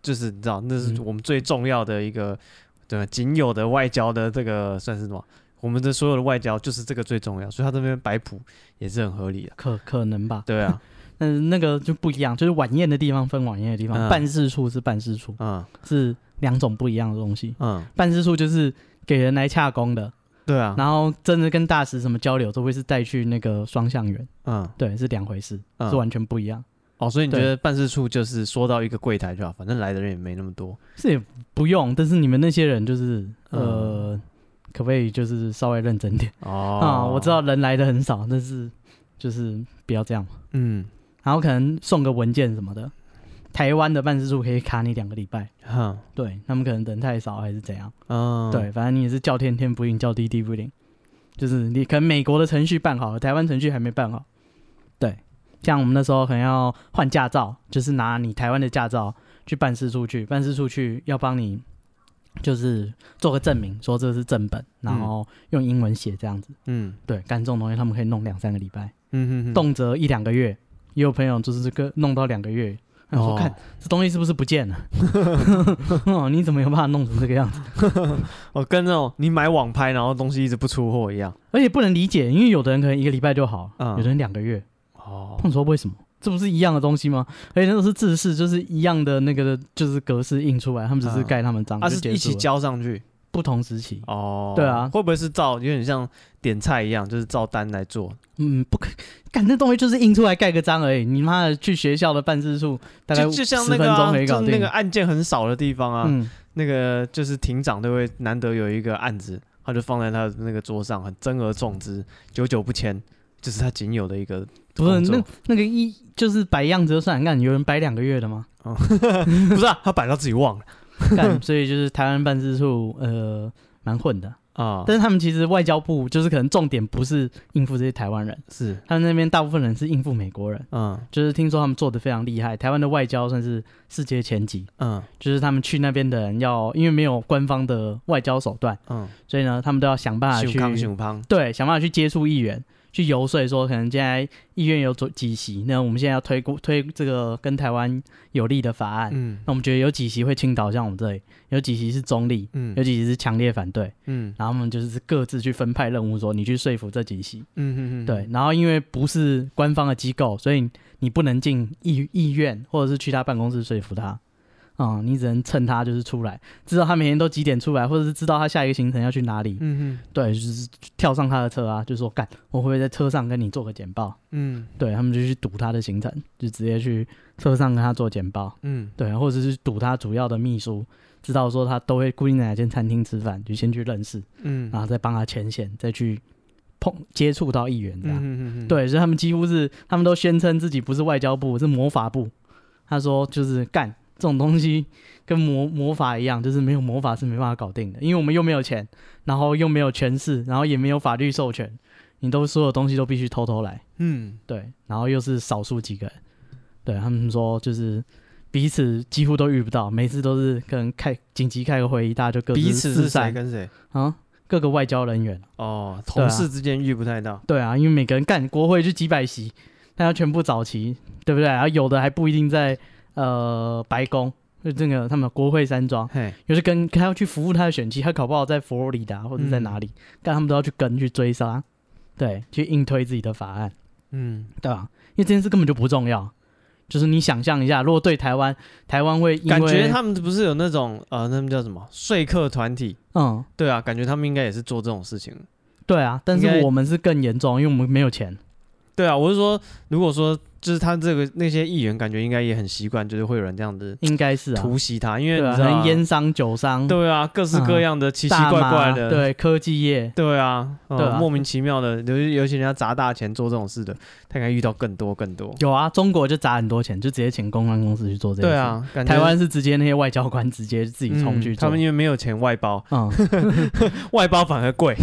[SPEAKER 1] 就是你知道，那是
[SPEAKER 2] 嗯
[SPEAKER 1] 我们最重要的一个对吧仅有的外交的这个算是什么？我们的所有的外交就是这个最重要，所以他这边摆谱也是很合理的、
[SPEAKER 2] 可可能吧，
[SPEAKER 1] 对啊，
[SPEAKER 2] 但是那个就不一样，就是晚宴的地方分晚宴的地方，
[SPEAKER 1] 嗯
[SPEAKER 2] 办事处是办事处，
[SPEAKER 1] 嗯
[SPEAKER 2] 是两种不一样的东西。
[SPEAKER 1] 嗯，
[SPEAKER 2] 办事处就是给人来洽公的，
[SPEAKER 1] 对啊，
[SPEAKER 2] 然后真的跟大使什么交流，都会是带去那个双向园，
[SPEAKER 1] 嗯
[SPEAKER 2] 对，是两回事，
[SPEAKER 1] 嗯
[SPEAKER 2] 是完全不一样。
[SPEAKER 1] 哦，所以你觉
[SPEAKER 2] 对
[SPEAKER 1] 得办事处就是说到一个柜台就好，反正来的人也没那么多。
[SPEAKER 2] 是也不用，但是你们那些人就是
[SPEAKER 1] 嗯
[SPEAKER 2] 呃，可不可以就是稍微认真点
[SPEAKER 1] 哦
[SPEAKER 2] 啊、我知道，人来的很少，但是就是不要这样嘛。
[SPEAKER 1] 嗯，
[SPEAKER 2] 然后可能送个文件什么的，台湾的办事处可以卡你两个礼拜，
[SPEAKER 1] 哼，
[SPEAKER 2] 对他们可能人太少还是怎样。
[SPEAKER 1] 嗯，
[SPEAKER 2] 对，，反正你也是叫天天不应，叫地地不灵，就是你可能美国的程序办好了，台湾程序还没办好。对，像我们那时候可能要换驾照，就是拿你台湾的驾照去办事处去，办事处去要帮你就是做个证明，说这是正本，然
[SPEAKER 1] 嗯
[SPEAKER 2] 后用英文写这样子。
[SPEAKER 1] 嗯
[SPEAKER 2] 对，干这种东西他们可以弄两三个礼拜，
[SPEAKER 1] 嗯哼，
[SPEAKER 2] 动辄一两个月，也有朋友就是这个弄到两个月。然后
[SPEAKER 1] 哦
[SPEAKER 2] 说看这东西是不是不见了？ 哦，你怎么有办法弄成这个样子？
[SPEAKER 1] 哦，跟那种你买网拍然后东西一直不出货一样。
[SPEAKER 2] 而且不能理解，因为有的人可能一个礼拜就好，
[SPEAKER 1] 嗯
[SPEAKER 2] 有的人两个月，
[SPEAKER 1] 哦
[SPEAKER 2] 他，们说为什么？这不是一样的东西吗？而且那都是制式，就是一样的那个就是格式印出来，他们只是
[SPEAKER 1] 嗯
[SPEAKER 2] 盖他们章、
[SPEAKER 1] 啊
[SPEAKER 2] 就是结
[SPEAKER 1] 一起
[SPEAKER 2] 束了。
[SPEAKER 1] 交上去
[SPEAKER 2] 不同时期，
[SPEAKER 1] 哦。
[SPEAKER 2] 对啊
[SPEAKER 1] 会不会是照有点像点菜一样，就是照单来做？
[SPEAKER 2] 嗯，不可，干那东西就是印出来盖个章而已。你妈的，去学校的办事处大概
[SPEAKER 1] 就就像
[SPEAKER 2] 10
[SPEAKER 1] 那
[SPEAKER 2] 分
[SPEAKER 1] 个啊、
[SPEAKER 2] 钟可以
[SPEAKER 1] 就
[SPEAKER 2] 搞
[SPEAKER 1] 是那
[SPEAKER 2] 定
[SPEAKER 1] 个。案件很少的地方啊，
[SPEAKER 2] 嗯，
[SPEAKER 1] 那个就是庭长都会难得有一个案子，他就放在他的那个桌上，很珍而重之，久久不签，就是他仅有的一个
[SPEAKER 2] 不是
[SPEAKER 1] 工作
[SPEAKER 2] 那那个一就是摆样子就算，干有人摆两个月的吗？
[SPEAKER 1] 不是啊，他摆到自己忘了
[SPEAKER 2] 干，所以就是台湾办事处呃蛮混的，
[SPEAKER 1] 啊。
[SPEAKER 2] 但是他们其实外交部就是可能重点不是应付这些台湾人。
[SPEAKER 1] 是，
[SPEAKER 2] 他们那边大部分人是应付美国人，
[SPEAKER 1] 嗯
[SPEAKER 2] 就是听说他们做的非常厉害，台湾的外交算是世界前几，
[SPEAKER 1] 嗯
[SPEAKER 2] 就是他们去那边的人要，因为没有官方的外交手段，
[SPEAKER 1] 嗯，
[SPEAKER 2] 所以呢，他们都要想办法
[SPEAKER 1] 熊康
[SPEAKER 2] 啊去，
[SPEAKER 1] 熊胖，
[SPEAKER 2] 对，想办法去接触议员，去游说说可能现在议院有做几席，那我们现在要推过推这个跟台湾有利的法案，
[SPEAKER 1] 嗯
[SPEAKER 2] 那我们觉得有几席会倾倒向我们这里，有几席是中立，
[SPEAKER 1] 嗯
[SPEAKER 2] 有几席是强烈反对，
[SPEAKER 1] 嗯
[SPEAKER 2] 然后他们就是各自去分派任务说你去说服这几席，
[SPEAKER 1] 嗯嗯，
[SPEAKER 2] 对，然后因为不是官方的机构，所以你不能进议议院或者是去他办公室说服他，啊、你只能趁他就是出来，知道他每天都几点出来，或者是知道他下一个行程要去哪里，
[SPEAKER 1] 嗯
[SPEAKER 2] 对，就是跳上他的车啊，就说干，我会不会在车上跟你做个简报？
[SPEAKER 1] 嗯
[SPEAKER 2] 对他们就去堵他的行程，就直接去车上跟他做简报，
[SPEAKER 1] 嗯
[SPEAKER 2] 对，或者是堵他主要的秘书，知道说他都会固定在哪间餐厅吃饭，就先去认识，
[SPEAKER 1] 嗯
[SPEAKER 2] 然后再帮他牵线，再去碰接触到议员这样。
[SPEAKER 1] 嗯嗯，
[SPEAKER 2] 对，所以啊他们几乎是，他们都宣称自己不是外交部，是魔法部。他说就是干，这种东西跟魔魔法一样，就是没有魔法是没办法搞定的，因为我们又没有钱，然后又没有权势，然后也没有法律授权，你都所有东西都必须偷偷来，
[SPEAKER 1] 嗯，
[SPEAKER 2] 对，然后又是少数几个人，对他们说就是彼此几乎都遇不到，每次都是可能开紧急开个会议，大家就各自
[SPEAKER 1] 彼此
[SPEAKER 2] 四
[SPEAKER 1] 是谁
[SPEAKER 2] 散
[SPEAKER 1] 跟谁？
[SPEAKER 2] 啊，各个外交人员，
[SPEAKER 1] 哦，同事之间遇不太到，
[SPEAKER 2] 对啊，因为每个人干国会就几百席，他要全部找齐，对不对？然后有的还不一定在呃白宫，就这个他们国会山庄，
[SPEAKER 1] 嘿，
[SPEAKER 2] 有些跟他要去服务他的选区，他搞不好在佛罗里达或者在哪里，
[SPEAKER 1] 嗯
[SPEAKER 2] 但他们都要去跟去追杀，对，去硬推自己的法案，
[SPEAKER 1] 嗯，
[SPEAKER 2] 对吧、因为这件事根本就不重要。就是你想象一下，如果对台湾，台湾会因为
[SPEAKER 1] 感觉他们不是有那种呃，那们叫什么说客团体？
[SPEAKER 2] 嗯，
[SPEAKER 1] 对啊，感觉他们应该也是做这种事情。
[SPEAKER 2] 对啊，但
[SPEAKER 1] 应该
[SPEAKER 2] 是我们是更严重，因为我们没有钱。
[SPEAKER 1] 对啊，我是说，如果说就是他这个那些议员，感觉应该也很习惯，就是会有人这样子
[SPEAKER 2] 应该是啊，
[SPEAKER 1] 突袭他，因为
[SPEAKER 2] 对
[SPEAKER 1] 你
[SPEAKER 2] 啊，
[SPEAKER 1] 知
[SPEAKER 2] 可
[SPEAKER 1] 道
[SPEAKER 2] 能烟商、酒商、
[SPEAKER 1] 对啊，各式各样的奇奇
[SPEAKER 2] 嗯大
[SPEAKER 1] 怪
[SPEAKER 2] 麻
[SPEAKER 1] 怪的，
[SPEAKER 2] 对科技业，
[SPEAKER 1] 对啊，嗯
[SPEAKER 2] 对啊
[SPEAKER 1] 莫名其妙的，尤其尤其人家砸大钱做这种事的，他应该遇到更多更多。
[SPEAKER 2] 有啊，中国就砸很多钱，就直接请公关公司去做这件
[SPEAKER 1] 对
[SPEAKER 2] 事。，
[SPEAKER 1] 啊，感觉
[SPEAKER 2] 台湾是直接那些外交官直接自己冲去
[SPEAKER 1] 嗯
[SPEAKER 2] 做。
[SPEAKER 1] 他们因为没有钱外包，
[SPEAKER 2] 嗯，
[SPEAKER 1] 外包反而 贵，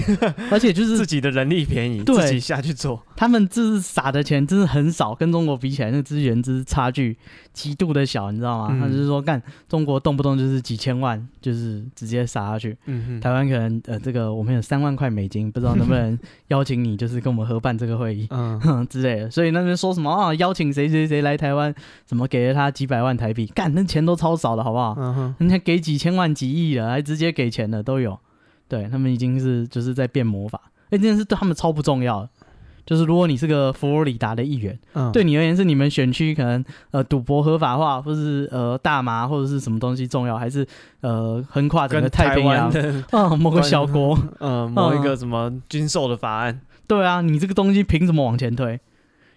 [SPEAKER 2] 而且就
[SPEAKER 1] 自
[SPEAKER 2] 是
[SPEAKER 1] 己的人力便宜，
[SPEAKER 2] 对
[SPEAKER 1] 自己下去做。
[SPEAKER 2] 他们就是撒的钱真的很少，跟中国比起来，那资源之差距极度的小，你知道吗？
[SPEAKER 1] 嗯
[SPEAKER 2] 他就是说，干中国动不动就是几千万，就是直接撒下去。
[SPEAKER 1] 嗯
[SPEAKER 2] 台湾可能呃，这个我们有三万块美金，不知道能不能邀请你，就是跟我们合办这个会议。
[SPEAKER 1] 嗯，
[SPEAKER 2] 哼之类的，所以那边说什么啊，邀请谁谁谁来台湾，什么给了他几百万台币，干那钱都超少的，好不好？
[SPEAKER 1] 嗯哼，
[SPEAKER 2] 人家给几千万、几亿了，还直接给钱的都有。对他们已经是就是在变魔法，哎，这件事对他们超不重要的。就是如果你是个佛罗里达的议员，
[SPEAKER 1] 嗯，
[SPEAKER 2] 对你而言是你们选区可能呃赌博合法化，或是呃大麻或者是什么东西重要，还是呃横跨整
[SPEAKER 1] 跟
[SPEAKER 2] 个太
[SPEAKER 1] 台
[SPEAKER 2] 平洋
[SPEAKER 1] 湾的
[SPEAKER 2] 啊某个小国？
[SPEAKER 1] 呃某一个
[SPEAKER 2] 嗯
[SPEAKER 1] 什么军售的法案，
[SPEAKER 2] 对啊，你这个东西凭什么往前推？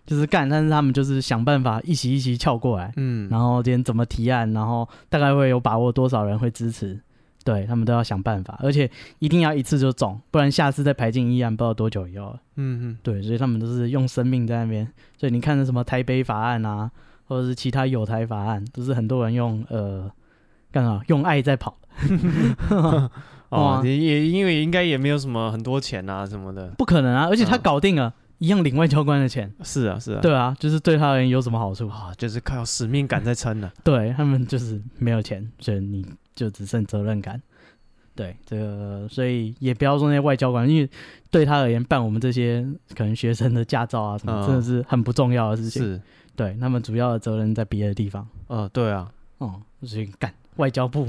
[SPEAKER 2] 就是干，但是他们就是想办法一席一席撬过来，
[SPEAKER 1] 嗯，
[SPEAKER 2] 然后今天怎么提案，然后大概会有把握多少人会支持，对他们都要想办法，而且一定要一次就中，不然下次再排进议案不知道多久以后了。
[SPEAKER 1] 嗯
[SPEAKER 2] 对，所以他们都是用生命在那边。所以你看那什么台北法案啊，或者是其他有台法案，都是很多人用呃干啥用爱在跑，
[SPEAKER 1] 哼，哦
[SPEAKER 2] 哇，
[SPEAKER 1] 也也因为应该也没有什么很多钱啊什么的，
[SPEAKER 2] 不可能啊！而且他
[SPEAKER 1] 嗯
[SPEAKER 2] 搞定了，一样领外交官的钱，
[SPEAKER 1] 是啊是啊，
[SPEAKER 2] 对啊，就是对他而言有什么好处？
[SPEAKER 1] 啊，就是靠使命感在撑了。
[SPEAKER 2] 对他们就是没有钱，所以你就只剩责任感。对，这个所以也不要说那些外交官，因为对他而言，办我们这些可能学生的驾照啊什么，
[SPEAKER 1] 嗯
[SPEAKER 2] 真的 是很不重要的事情。
[SPEAKER 1] 是，
[SPEAKER 2] 对他们主要的责任在别的地方。
[SPEAKER 1] 呃，对啊，
[SPEAKER 2] 哦、所以干外交部，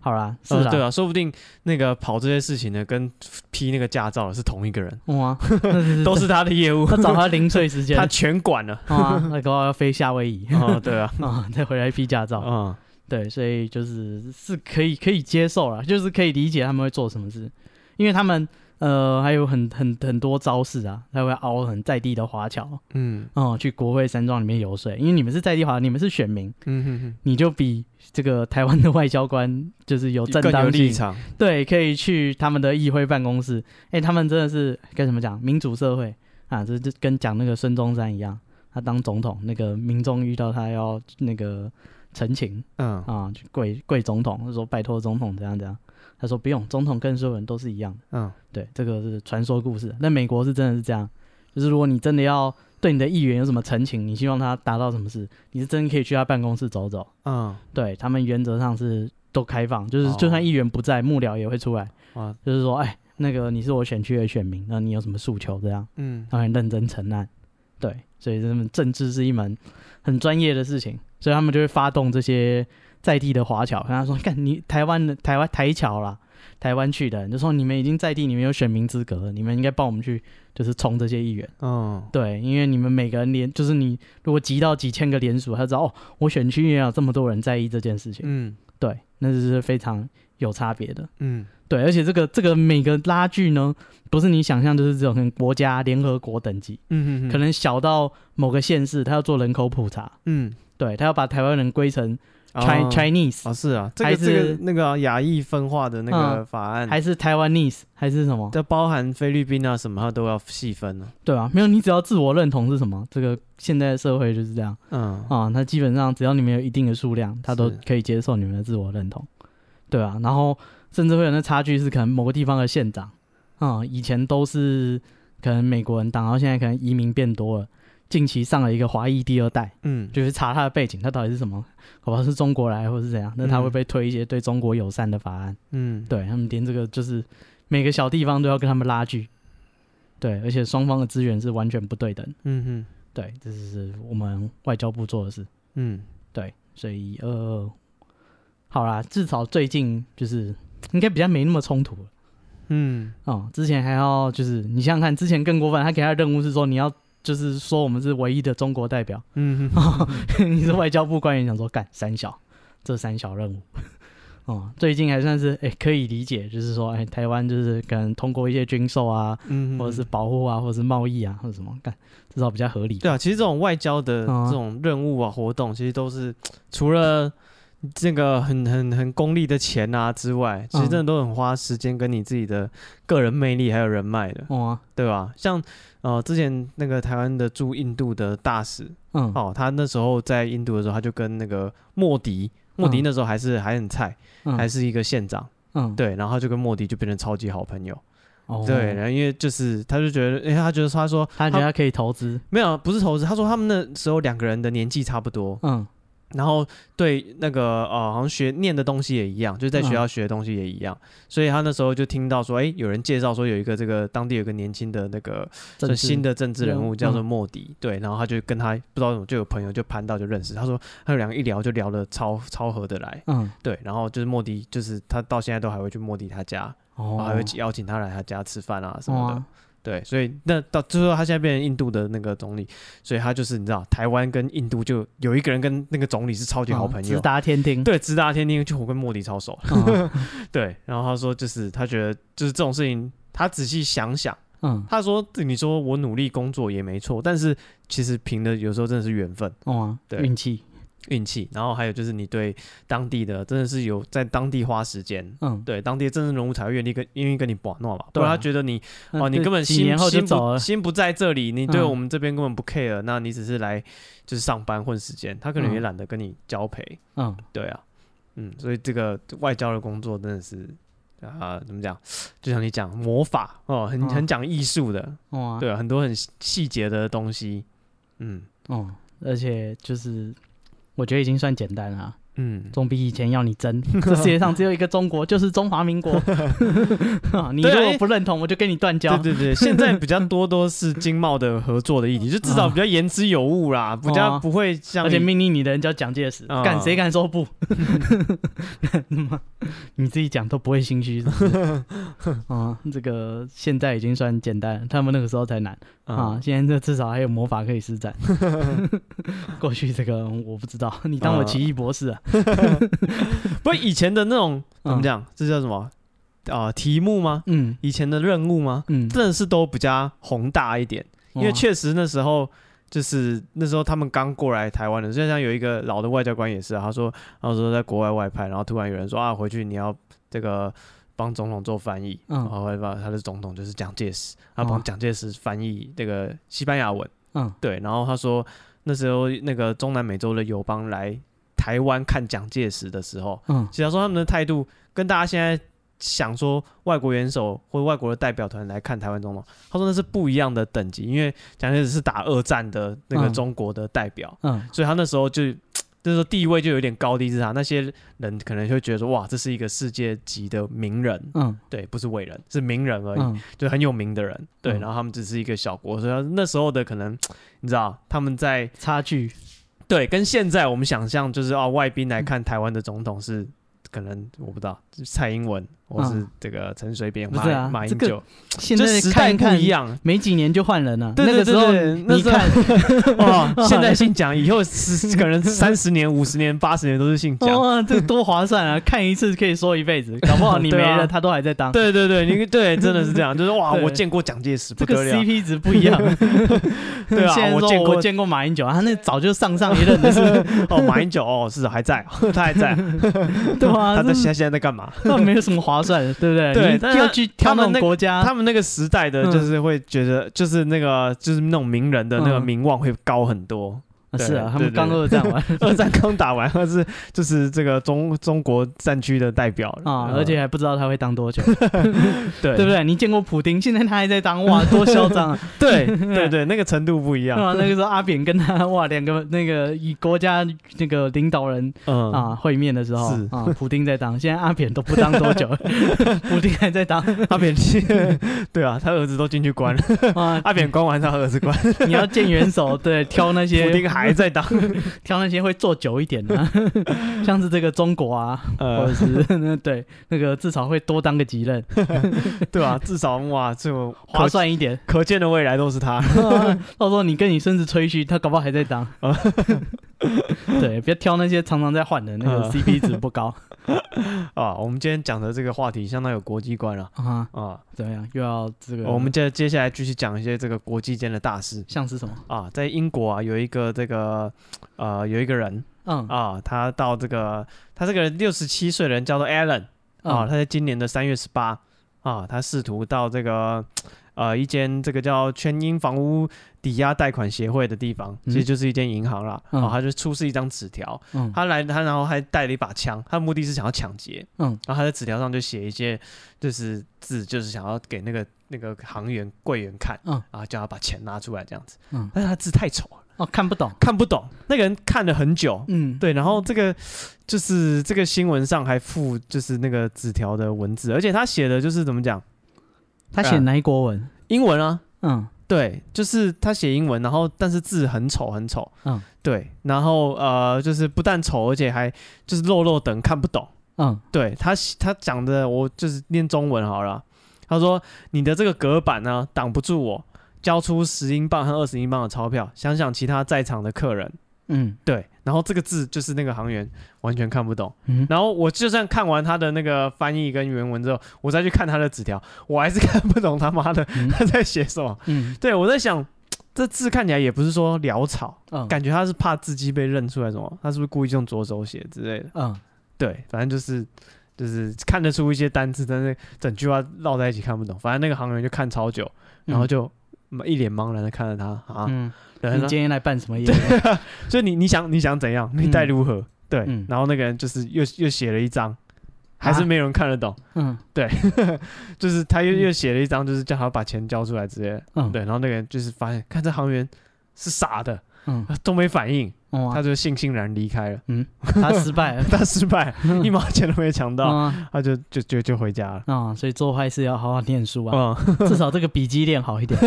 [SPEAKER 2] 好啦，是
[SPEAKER 1] 呃
[SPEAKER 2] 啦，
[SPEAKER 1] 对啊，说不定那个跑这些事情的跟批那个驾照的是同一个人，
[SPEAKER 2] 哇、那 是
[SPEAKER 1] 都是他的 业务，
[SPEAKER 2] 他找他零碎时间，
[SPEAKER 1] 他全管 了。
[SPEAKER 2] 哦啊，那个要飞夏威夷
[SPEAKER 1] 哦，对 啊，
[SPEAKER 2] 啊、再回来批驾照。
[SPEAKER 1] 嗯，
[SPEAKER 2] 对，所以就是是可以可以接受了，就是可以理解他们会做什么事，因为他们呃还有很很很多招式啊，他会凹很在地的华侨
[SPEAKER 1] 嗯
[SPEAKER 2] 哦、去国会山庄里面游说，因为你们是在地华，你们是选民，
[SPEAKER 1] 嗯哼哼，
[SPEAKER 2] 你就比这个台湾的外交官就是有正
[SPEAKER 1] 更有
[SPEAKER 2] 当
[SPEAKER 1] 立
[SPEAKER 2] 性，
[SPEAKER 1] 场，
[SPEAKER 2] 对，可以去他们的议会办公室，哎、他们真的是跟什么讲民主社会啊，这这跟讲那个孙中山一样，他当总统，那个民众遇到他要那个陈情。
[SPEAKER 1] 嗯
[SPEAKER 2] 啊，去跪跪总统，他说拜托总统怎样怎样，他说不用，总统跟所有人都是一样的。
[SPEAKER 1] 嗯
[SPEAKER 2] 对，这个是传说故事。那美国是真的是这样，就是如果你真的要对你的议员有什么陈情，你希望他达到什么事，你是真的可以去他办公室走走。
[SPEAKER 1] 嗯，
[SPEAKER 2] 对他们原则上是都开放，就是
[SPEAKER 1] 哦
[SPEAKER 2] 就算议员不在，幕僚也会出来，
[SPEAKER 1] 哇，
[SPEAKER 2] 就是说，哎，那个你是我选区的选民，那你有什么诉求这样，
[SPEAKER 1] 嗯
[SPEAKER 2] 他很认真承担。对，所以他们政治是一门很专业的事情，所以他们就会发动这些在地的华侨，跟他说：“看你台湾的台湾台侨啦，台湾去的人就说你们已经在地，你们有选民资格了，你们应该帮我们去就是冲这些议员。
[SPEAKER 1] 嗯，
[SPEAKER 2] 对，因为你们每个人连就是你如果集到几千个联署，他知道哦，我选区也有这么多人在意这件事情。
[SPEAKER 1] 嗯
[SPEAKER 2] 对，那就是非常有差别的。
[SPEAKER 1] 嗯
[SPEAKER 2] 对，而且这个这个每个拉锯呢，不是你想象就是这种跟国家联合国等级，
[SPEAKER 1] 嗯
[SPEAKER 2] 可能小到某个县市，他要做人口普查，
[SPEAKER 1] 嗯
[SPEAKER 2] 对他要把台湾人归成 Chi
[SPEAKER 1] 哦
[SPEAKER 2] Chinese，
[SPEAKER 1] 哦，是啊，这
[SPEAKER 2] 还
[SPEAKER 1] 个
[SPEAKER 2] 是嗯
[SPEAKER 1] 这个那个啊亚裔分化的那个法案，
[SPEAKER 2] 还是 Taiwanese，还是什么？
[SPEAKER 1] 这包含菲律宾啊什么，它都要细分啊呢。
[SPEAKER 2] 对啊吧、没有，你只要自我认同是什么，这个现在的社会就是这样
[SPEAKER 1] 嗯，
[SPEAKER 2] 啊。那基本上只要你们有一定的数量，他都
[SPEAKER 1] 是
[SPEAKER 2] 可以接受你们的自我认同，对啊，然后甚至会有那差距是可能某个地方的县长啊、以前都是可能美国人当，然后现在可能移民变多了，近期上了一个华裔第二代。
[SPEAKER 1] 嗯，
[SPEAKER 2] 就是查他的背景，他到底是什么，好吧，是中国来或是怎样，那他
[SPEAKER 1] 嗯
[SPEAKER 2] 会不会推一些对中国友善的法案？
[SPEAKER 1] 嗯，
[SPEAKER 2] 对他们连这个就是每个小地方都要跟他们拉锯，对，而且双方的资源是完全不对等，
[SPEAKER 1] 嗯嗯
[SPEAKER 2] 对，这是我们外交部做的事，
[SPEAKER 1] 嗯，
[SPEAKER 2] 对，所以呃，好啦，至少最近就是应该比较没那么冲突了。
[SPEAKER 1] 嗯，
[SPEAKER 2] 哦，之前还要就是你想想看，之前更过分，他给他的任务是说你要就是说我们是唯一的中国代表，
[SPEAKER 1] 嗯，嗯
[SPEAKER 2] 哦， 你是外交部官员，想说干三小，这三小任务。哦，最近还算是哎、可以理解，就是说哎、台湾就是可能通过一些军售啊，
[SPEAKER 1] 嗯，
[SPEAKER 2] 或者是保护啊，或者是贸易啊，或者什么干，至少比较合理。
[SPEAKER 1] 对啊，其实这种外交的
[SPEAKER 2] 嗯啊
[SPEAKER 1] 这种任务啊、活动，其实都是除了这个很很很功利的钱啊之外，其实
[SPEAKER 2] 嗯
[SPEAKER 1] 真的都很花时间跟你自己的个人魅力还有人脉的，
[SPEAKER 2] 哦啊、
[SPEAKER 1] 对吧？像呃之前那个台湾的驻印度的大使
[SPEAKER 2] 嗯，
[SPEAKER 1] 哦，他那时候在印度的时候，他就跟那个莫迪，莫迪
[SPEAKER 2] 嗯
[SPEAKER 1] 那时候还是还很菜，
[SPEAKER 2] 嗯，
[SPEAKER 1] 还是一个县长，
[SPEAKER 2] 嗯，
[SPEAKER 1] 对，然后他就跟莫迪就变成超级好朋友，
[SPEAKER 2] 哦
[SPEAKER 1] 对，然后因为就是他就觉得，因为他觉得他说
[SPEAKER 2] 他觉得他可以投资，
[SPEAKER 1] 没有，不是投资。他说他们那时候两个人的年纪差不多，
[SPEAKER 2] 嗯
[SPEAKER 1] 然后对那个呃，好像学念的东西也一样，就是在
[SPEAKER 2] 嗯
[SPEAKER 1] 学校学的东西也一样，所以他那时候就听到说，哎、有人介绍说有一个这个当地有个年轻的那个
[SPEAKER 2] 政
[SPEAKER 1] 算
[SPEAKER 2] 治
[SPEAKER 1] 新的政治人物
[SPEAKER 2] 嗯
[SPEAKER 1] 叫做莫迪，对，然后他就跟他不知道怎么就有朋友就攀到就认识，他说他们两个一聊就聊得超超合得来，
[SPEAKER 2] 嗯
[SPEAKER 1] 对，然后就是莫迪就是他到现在都还会去莫迪他家，然啊后
[SPEAKER 2] 哦
[SPEAKER 1] 还会邀请他来他家吃饭啊什
[SPEAKER 2] 哦
[SPEAKER 1] 么的。
[SPEAKER 2] 啊
[SPEAKER 1] 对，所以那到最后，他现在变成印度的那个总理，所以他就是你知道，台湾跟印度就有一个人跟那个总理是超级好朋友，
[SPEAKER 2] 啊直达 天庭。
[SPEAKER 1] 对，直达天听，就我跟莫迪超熟，
[SPEAKER 2] 嗯
[SPEAKER 1] 对。然后他说，就是他觉得就是这种事情，他仔细想想，
[SPEAKER 2] 嗯，
[SPEAKER 1] 他说你说我努力工作也没错，但是其实凭的有时候真的是缘分、
[SPEAKER 2] 哦啊，
[SPEAKER 1] 对
[SPEAKER 2] 运气，
[SPEAKER 1] 运气，然后还有就是你对当地的真的是有在当地花时间。
[SPEAKER 2] 嗯，
[SPEAKER 1] 对当地的政治人物才会愿意跟愿意跟你玩闹嘛，不
[SPEAKER 2] 对啊
[SPEAKER 1] 然他觉得你哦，
[SPEAKER 2] 那
[SPEAKER 1] 你根本
[SPEAKER 2] 几
[SPEAKER 1] 心
[SPEAKER 2] 年后就
[SPEAKER 1] 心
[SPEAKER 2] 走
[SPEAKER 1] 不
[SPEAKER 2] 了，
[SPEAKER 1] 心不在这里，你对
[SPEAKER 2] 嗯
[SPEAKER 1] 我们这边根本不 care，、那你只是来就是上班混时间，他可能也
[SPEAKER 2] 嗯
[SPEAKER 1] 懒得跟你交陪，
[SPEAKER 2] 嗯，
[SPEAKER 1] 对啊，嗯，所以这个外交的工作真的是啊、怎么讲？就像你讲魔法哦，很、
[SPEAKER 2] 嗯
[SPEAKER 1] 很讲艺术的，
[SPEAKER 2] 哦啊，
[SPEAKER 1] 对啊、很多很细细节的东西，嗯
[SPEAKER 2] 哦，而且就是我觉得已经算简单了啊，
[SPEAKER 1] 嗯，
[SPEAKER 2] 总比以前要 你真。这世界上只有一个中国，就是中华民国。你
[SPEAKER 1] 对
[SPEAKER 2] 如
[SPEAKER 1] 啊
[SPEAKER 2] 果不认同，我就跟你断交。
[SPEAKER 1] 对对对，现在比较多都是经贸的合作的议题，就至少比较言之有物啦，比较
[SPEAKER 2] 嗯哦
[SPEAKER 1] 不会像
[SPEAKER 2] 而且
[SPEAKER 1] 以
[SPEAKER 2] 命令你的人叫蒋介石，
[SPEAKER 1] 啊
[SPEAKER 2] 敢谁敢说不？ 你妈你自己讲都不会心虚是 不是啊！这个现在已经算简单了，他们那个时候才难
[SPEAKER 1] 哦嗯
[SPEAKER 2] 啊。现在这至少还有魔法可以施 展。过去这个我不知道，你当我
[SPEAKER 1] 啊
[SPEAKER 2] 奇异博士啊？
[SPEAKER 1] 不过以前的那种哦怎么
[SPEAKER 2] 嗯
[SPEAKER 1] 讲？这叫什么啊、题目吗？
[SPEAKER 2] 嗯
[SPEAKER 1] 以前的任务吗？
[SPEAKER 2] 嗯，
[SPEAKER 1] 真的是都比较宏大一点，因为
[SPEAKER 2] 哇
[SPEAKER 1] 确实那时候就是那时候他们刚过来台湾的，就像有一个老的外交官也是啊、他说他说在国外外派，然后突然有人说啊回去你要这个帮总统做翻译，
[SPEAKER 2] 嗯
[SPEAKER 1] 然后会把他的总统就是蒋介石，他
[SPEAKER 2] 哦
[SPEAKER 1] 帮蒋介石翻译这个西班牙文，
[SPEAKER 2] 嗯
[SPEAKER 1] 对，然后他说那时候那个中南美洲的友邦来台湾看蒋介石的时候，
[SPEAKER 2] 嗯
[SPEAKER 1] 其实他说他们的态度跟大家现在想说外国元首或外国的代表团来看台湾总统，他说那是不一样的等级，因为蒋介石是打二战的那个
[SPEAKER 2] 嗯
[SPEAKER 1] 中国的代表，
[SPEAKER 2] 嗯
[SPEAKER 1] 所以他那时候就就是说地位就有点高低之差，那些人可能就会觉得说哇，这是一个世界级的名人，
[SPEAKER 2] 嗯
[SPEAKER 1] 对，不是伟人，是名人而已，
[SPEAKER 2] 嗯
[SPEAKER 1] 就很有名的人，对，
[SPEAKER 2] 嗯
[SPEAKER 1] 然后他们只是一个小国，所以他那时候的可能你知道他们在
[SPEAKER 2] 差距，
[SPEAKER 1] 对，跟现在
[SPEAKER 2] 嗯
[SPEAKER 1] 我们想象就是哦，外宾来看台湾的总统是可能我不知道，就是蔡英文我是这个陈水扁、
[SPEAKER 2] 嗯不
[SPEAKER 1] 马
[SPEAKER 2] 是啊
[SPEAKER 1] 马英
[SPEAKER 2] 这个
[SPEAKER 1] 九，
[SPEAKER 2] 现
[SPEAKER 1] 就
[SPEAKER 2] 在
[SPEAKER 1] 时
[SPEAKER 2] 看
[SPEAKER 1] 代
[SPEAKER 2] 一
[SPEAKER 1] 不
[SPEAKER 2] 看
[SPEAKER 1] 一， 样。
[SPEAKER 2] 没几年就换人了。
[SPEAKER 1] 对对对对
[SPEAKER 2] 那个时候
[SPEAKER 1] 那
[SPEAKER 2] 你
[SPEAKER 1] 哦，哇现在姓蒋，以后十可能三十年、五十年、八十年都是姓
[SPEAKER 2] 看，
[SPEAKER 1] 蒋。
[SPEAKER 2] 哇，这多划算 啊！看一次可以说一辈子，搞不 好你没
[SPEAKER 1] 对啊
[SPEAKER 2] 了，他都还在当。
[SPEAKER 1] 对对对， 你对真的是这样，就是哇，
[SPEAKER 2] 对
[SPEAKER 1] 我见过蒋介石，不
[SPEAKER 2] 这
[SPEAKER 1] 得
[SPEAKER 2] 个
[SPEAKER 1] 了，
[SPEAKER 2] CP 值不 一样，
[SPEAKER 1] 对啊
[SPEAKER 2] 现在
[SPEAKER 1] 我
[SPEAKER 2] 说
[SPEAKER 1] 见过
[SPEAKER 2] 我见过马英九，他那早就上上一任的是，
[SPEAKER 1] 哦，马英九哦是还在， 他还在，
[SPEAKER 2] 对啊，
[SPEAKER 1] 他在
[SPEAKER 2] 这
[SPEAKER 1] 现在现在在干嘛？
[SPEAKER 2] 那没有什么划算的，对不对？
[SPEAKER 1] 对
[SPEAKER 2] 你
[SPEAKER 1] 但是
[SPEAKER 2] 就去
[SPEAKER 1] 他
[SPEAKER 2] 挑那
[SPEAKER 1] 们那
[SPEAKER 2] 种国家，
[SPEAKER 1] 他们那个时代的就是会觉得，就是那个就是那种名人的那个
[SPEAKER 2] 嗯
[SPEAKER 1] 名望会高很多。
[SPEAKER 2] 啊是啊，
[SPEAKER 1] 对对
[SPEAKER 2] 他们刚
[SPEAKER 1] 对
[SPEAKER 2] 二战 完
[SPEAKER 1] 二战刚打完，他是就是这个中中国战区的代表
[SPEAKER 2] 啊，
[SPEAKER 1] 呃
[SPEAKER 2] 而且还不知道他会当多久，
[SPEAKER 1] 对
[SPEAKER 2] 对不对？你见过普丁，现在他还在当， 哇，多嚣张啊！
[SPEAKER 1] 对 对对，那个程度不一
[SPEAKER 2] 对
[SPEAKER 1] 样。
[SPEAKER 2] 吧？那个时候阿扁跟他哇两个那个以国家那个领导人
[SPEAKER 1] 嗯
[SPEAKER 2] 啊会面的时候
[SPEAKER 1] 是
[SPEAKER 2] 啊，普丁在当，现在阿扁都不当 多久，普丁还在当
[SPEAKER 1] 阿扁 对啊，他儿子都进去关 了，
[SPEAKER 2] 啊！
[SPEAKER 1] 阿扁关完他儿子关，普
[SPEAKER 2] 你要见元 首，对，挑那些
[SPEAKER 1] 丁还在 当。
[SPEAKER 2] 挑那些会做久一点 的啊，像是这个中国啊，或者
[SPEAKER 1] 呃，
[SPEAKER 2] 是 对那个至少会多当个几任，
[SPEAKER 1] 对啊，至少哇，这种
[SPEAKER 2] 划算一 点。
[SPEAKER 1] 可见的未来都是他。
[SPEAKER 2] 到时候你跟你孙子吹嘘，他搞不好还 在当。对，别挑那些常常在换的，那个
[SPEAKER 1] 嗯
[SPEAKER 2] CP 值不高
[SPEAKER 1] 啊，我们今天讲的这个话题相当有国际观了
[SPEAKER 2] 啊。
[SPEAKER 1] 啊。
[SPEAKER 2] 怎么样？又要这个？
[SPEAKER 1] 我们接接下来继续讲一些这个国际间的大事
[SPEAKER 2] 啊像是什么？
[SPEAKER 1] 啊，在英国啊有一个这个呃有一个人
[SPEAKER 2] 嗯
[SPEAKER 1] 啊，他到这个他这个六十七岁的人叫做 Alan 啊，他
[SPEAKER 2] 嗯
[SPEAKER 1] 在今年的三月十八啊，他试图到这个呃一间这个叫全英房屋抵押贷款协会的地方，
[SPEAKER 2] 嗯
[SPEAKER 1] 其实就是一间银行啦，
[SPEAKER 2] 嗯
[SPEAKER 1] 啊，他就出示一张纸条，
[SPEAKER 2] 嗯
[SPEAKER 1] 他来，他然后还带了一把枪，他的目的是想要抢劫。
[SPEAKER 2] 嗯，
[SPEAKER 1] 然后他在纸条上就写一些就是字，就是想要给那个那个行员柜员看，
[SPEAKER 2] 嗯，
[SPEAKER 1] 然后叫他把钱拿出来这样子。
[SPEAKER 2] 嗯
[SPEAKER 1] 但是他字太丑了，
[SPEAKER 2] 哦，看不懂。
[SPEAKER 1] 看不懂。那个人看了很久，
[SPEAKER 2] 嗯，
[SPEAKER 1] 对。然后这个就是这个新闻上还附就是那个纸条的文字，而且他写的就是怎么讲
[SPEAKER 2] 他
[SPEAKER 1] 呃
[SPEAKER 2] 写哪一国文？
[SPEAKER 1] 英文啊，
[SPEAKER 2] 嗯
[SPEAKER 1] 对，就是他写英文，然后但是字很丑很丑，
[SPEAKER 2] 嗯，
[SPEAKER 1] 对，然后呃，就是不但丑，而且还就是肉肉等看不懂。
[SPEAKER 2] 嗯
[SPEAKER 1] 对他写他讲的，我就是念中文好了。他说：“你的这个隔板呢，挡不住我交出十英镑和二十英镑的钞票。想想其他在场的客人，
[SPEAKER 2] 嗯
[SPEAKER 1] 对，然后这个字就是那个行员完全看不懂。
[SPEAKER 2] 嗯，
[SPEAKER 1] 然后我就算看完他的那个翻译跟原文之后，我再去看他的纸条，我还是 看不懂他妈的
[SPEAKER 2] 嗯
[SPEAKER 1] 他在写什么。
[SPEAKER 2] 嗯
[SPEAKER 1] 对我在想，这字看起来也不是说潦草，
[SPEAKER 2] 嗯
[SPEAKER 1] 感觉他是怕字迹被认出来什么，他是不是故意用左手写之类的？
[SPEAKER 2] 嗯
[SPEAKER 1] 对，反正就是就是看得出一些单词，但是整句话绕在一起看不懂。反正那个航员就看超久，然后就嗯一脸茫然的看着他啊，
[SPEAKER 2] 嗯，
[SPEAKER 1] 然
[SPEAKER 2] 你
[SPEAKER 1] 后呢
[SPEAKER 2] 今天来办什么业？
[SPEAKER 1] 所以你你想你想怎样，你待
[SPEAKER 2] 嗯
[SPEAKER 1] 如何？对，
[SPEAKER 2] 嗯
[SPEAKER 1] 然后那个人就是又又写了一张，还是
[SPEAKER 2] 啊
[SPEAKER 1] 没有人看得懂，
[SPEAKER 2] 嗯
[SPEAKER 1] 就是他又
[SPEAKER 2] 嗯
[SPEAKER 1] 又写了一张，就是叫他把钱交出来之类的。
[SPEAKER 2] 嗯
[SPEAKER 1] 对，然后那个人就是发现，看这航员是傻的，
[SPEAKER 2] 嗯，
[SPEAKER 1] 都没反应，
[SPEAKER 2] 哇
[SPEAKER 1] 他，就悻悻然离开了。
[SPEAKER 2] 他失败 了。
[SPEAKER 1] 他失败，一毛钱都没抢到，
[SPEAKER 2] 啊
[SPEAKER 1] 他就就就就回家了。
[SPEAKER 2] 啊！所以做坏事要好好念书 啊，
[SPEAKER 1] 嗯，
[SPEAKER 2] 至少这个笔记练好一点。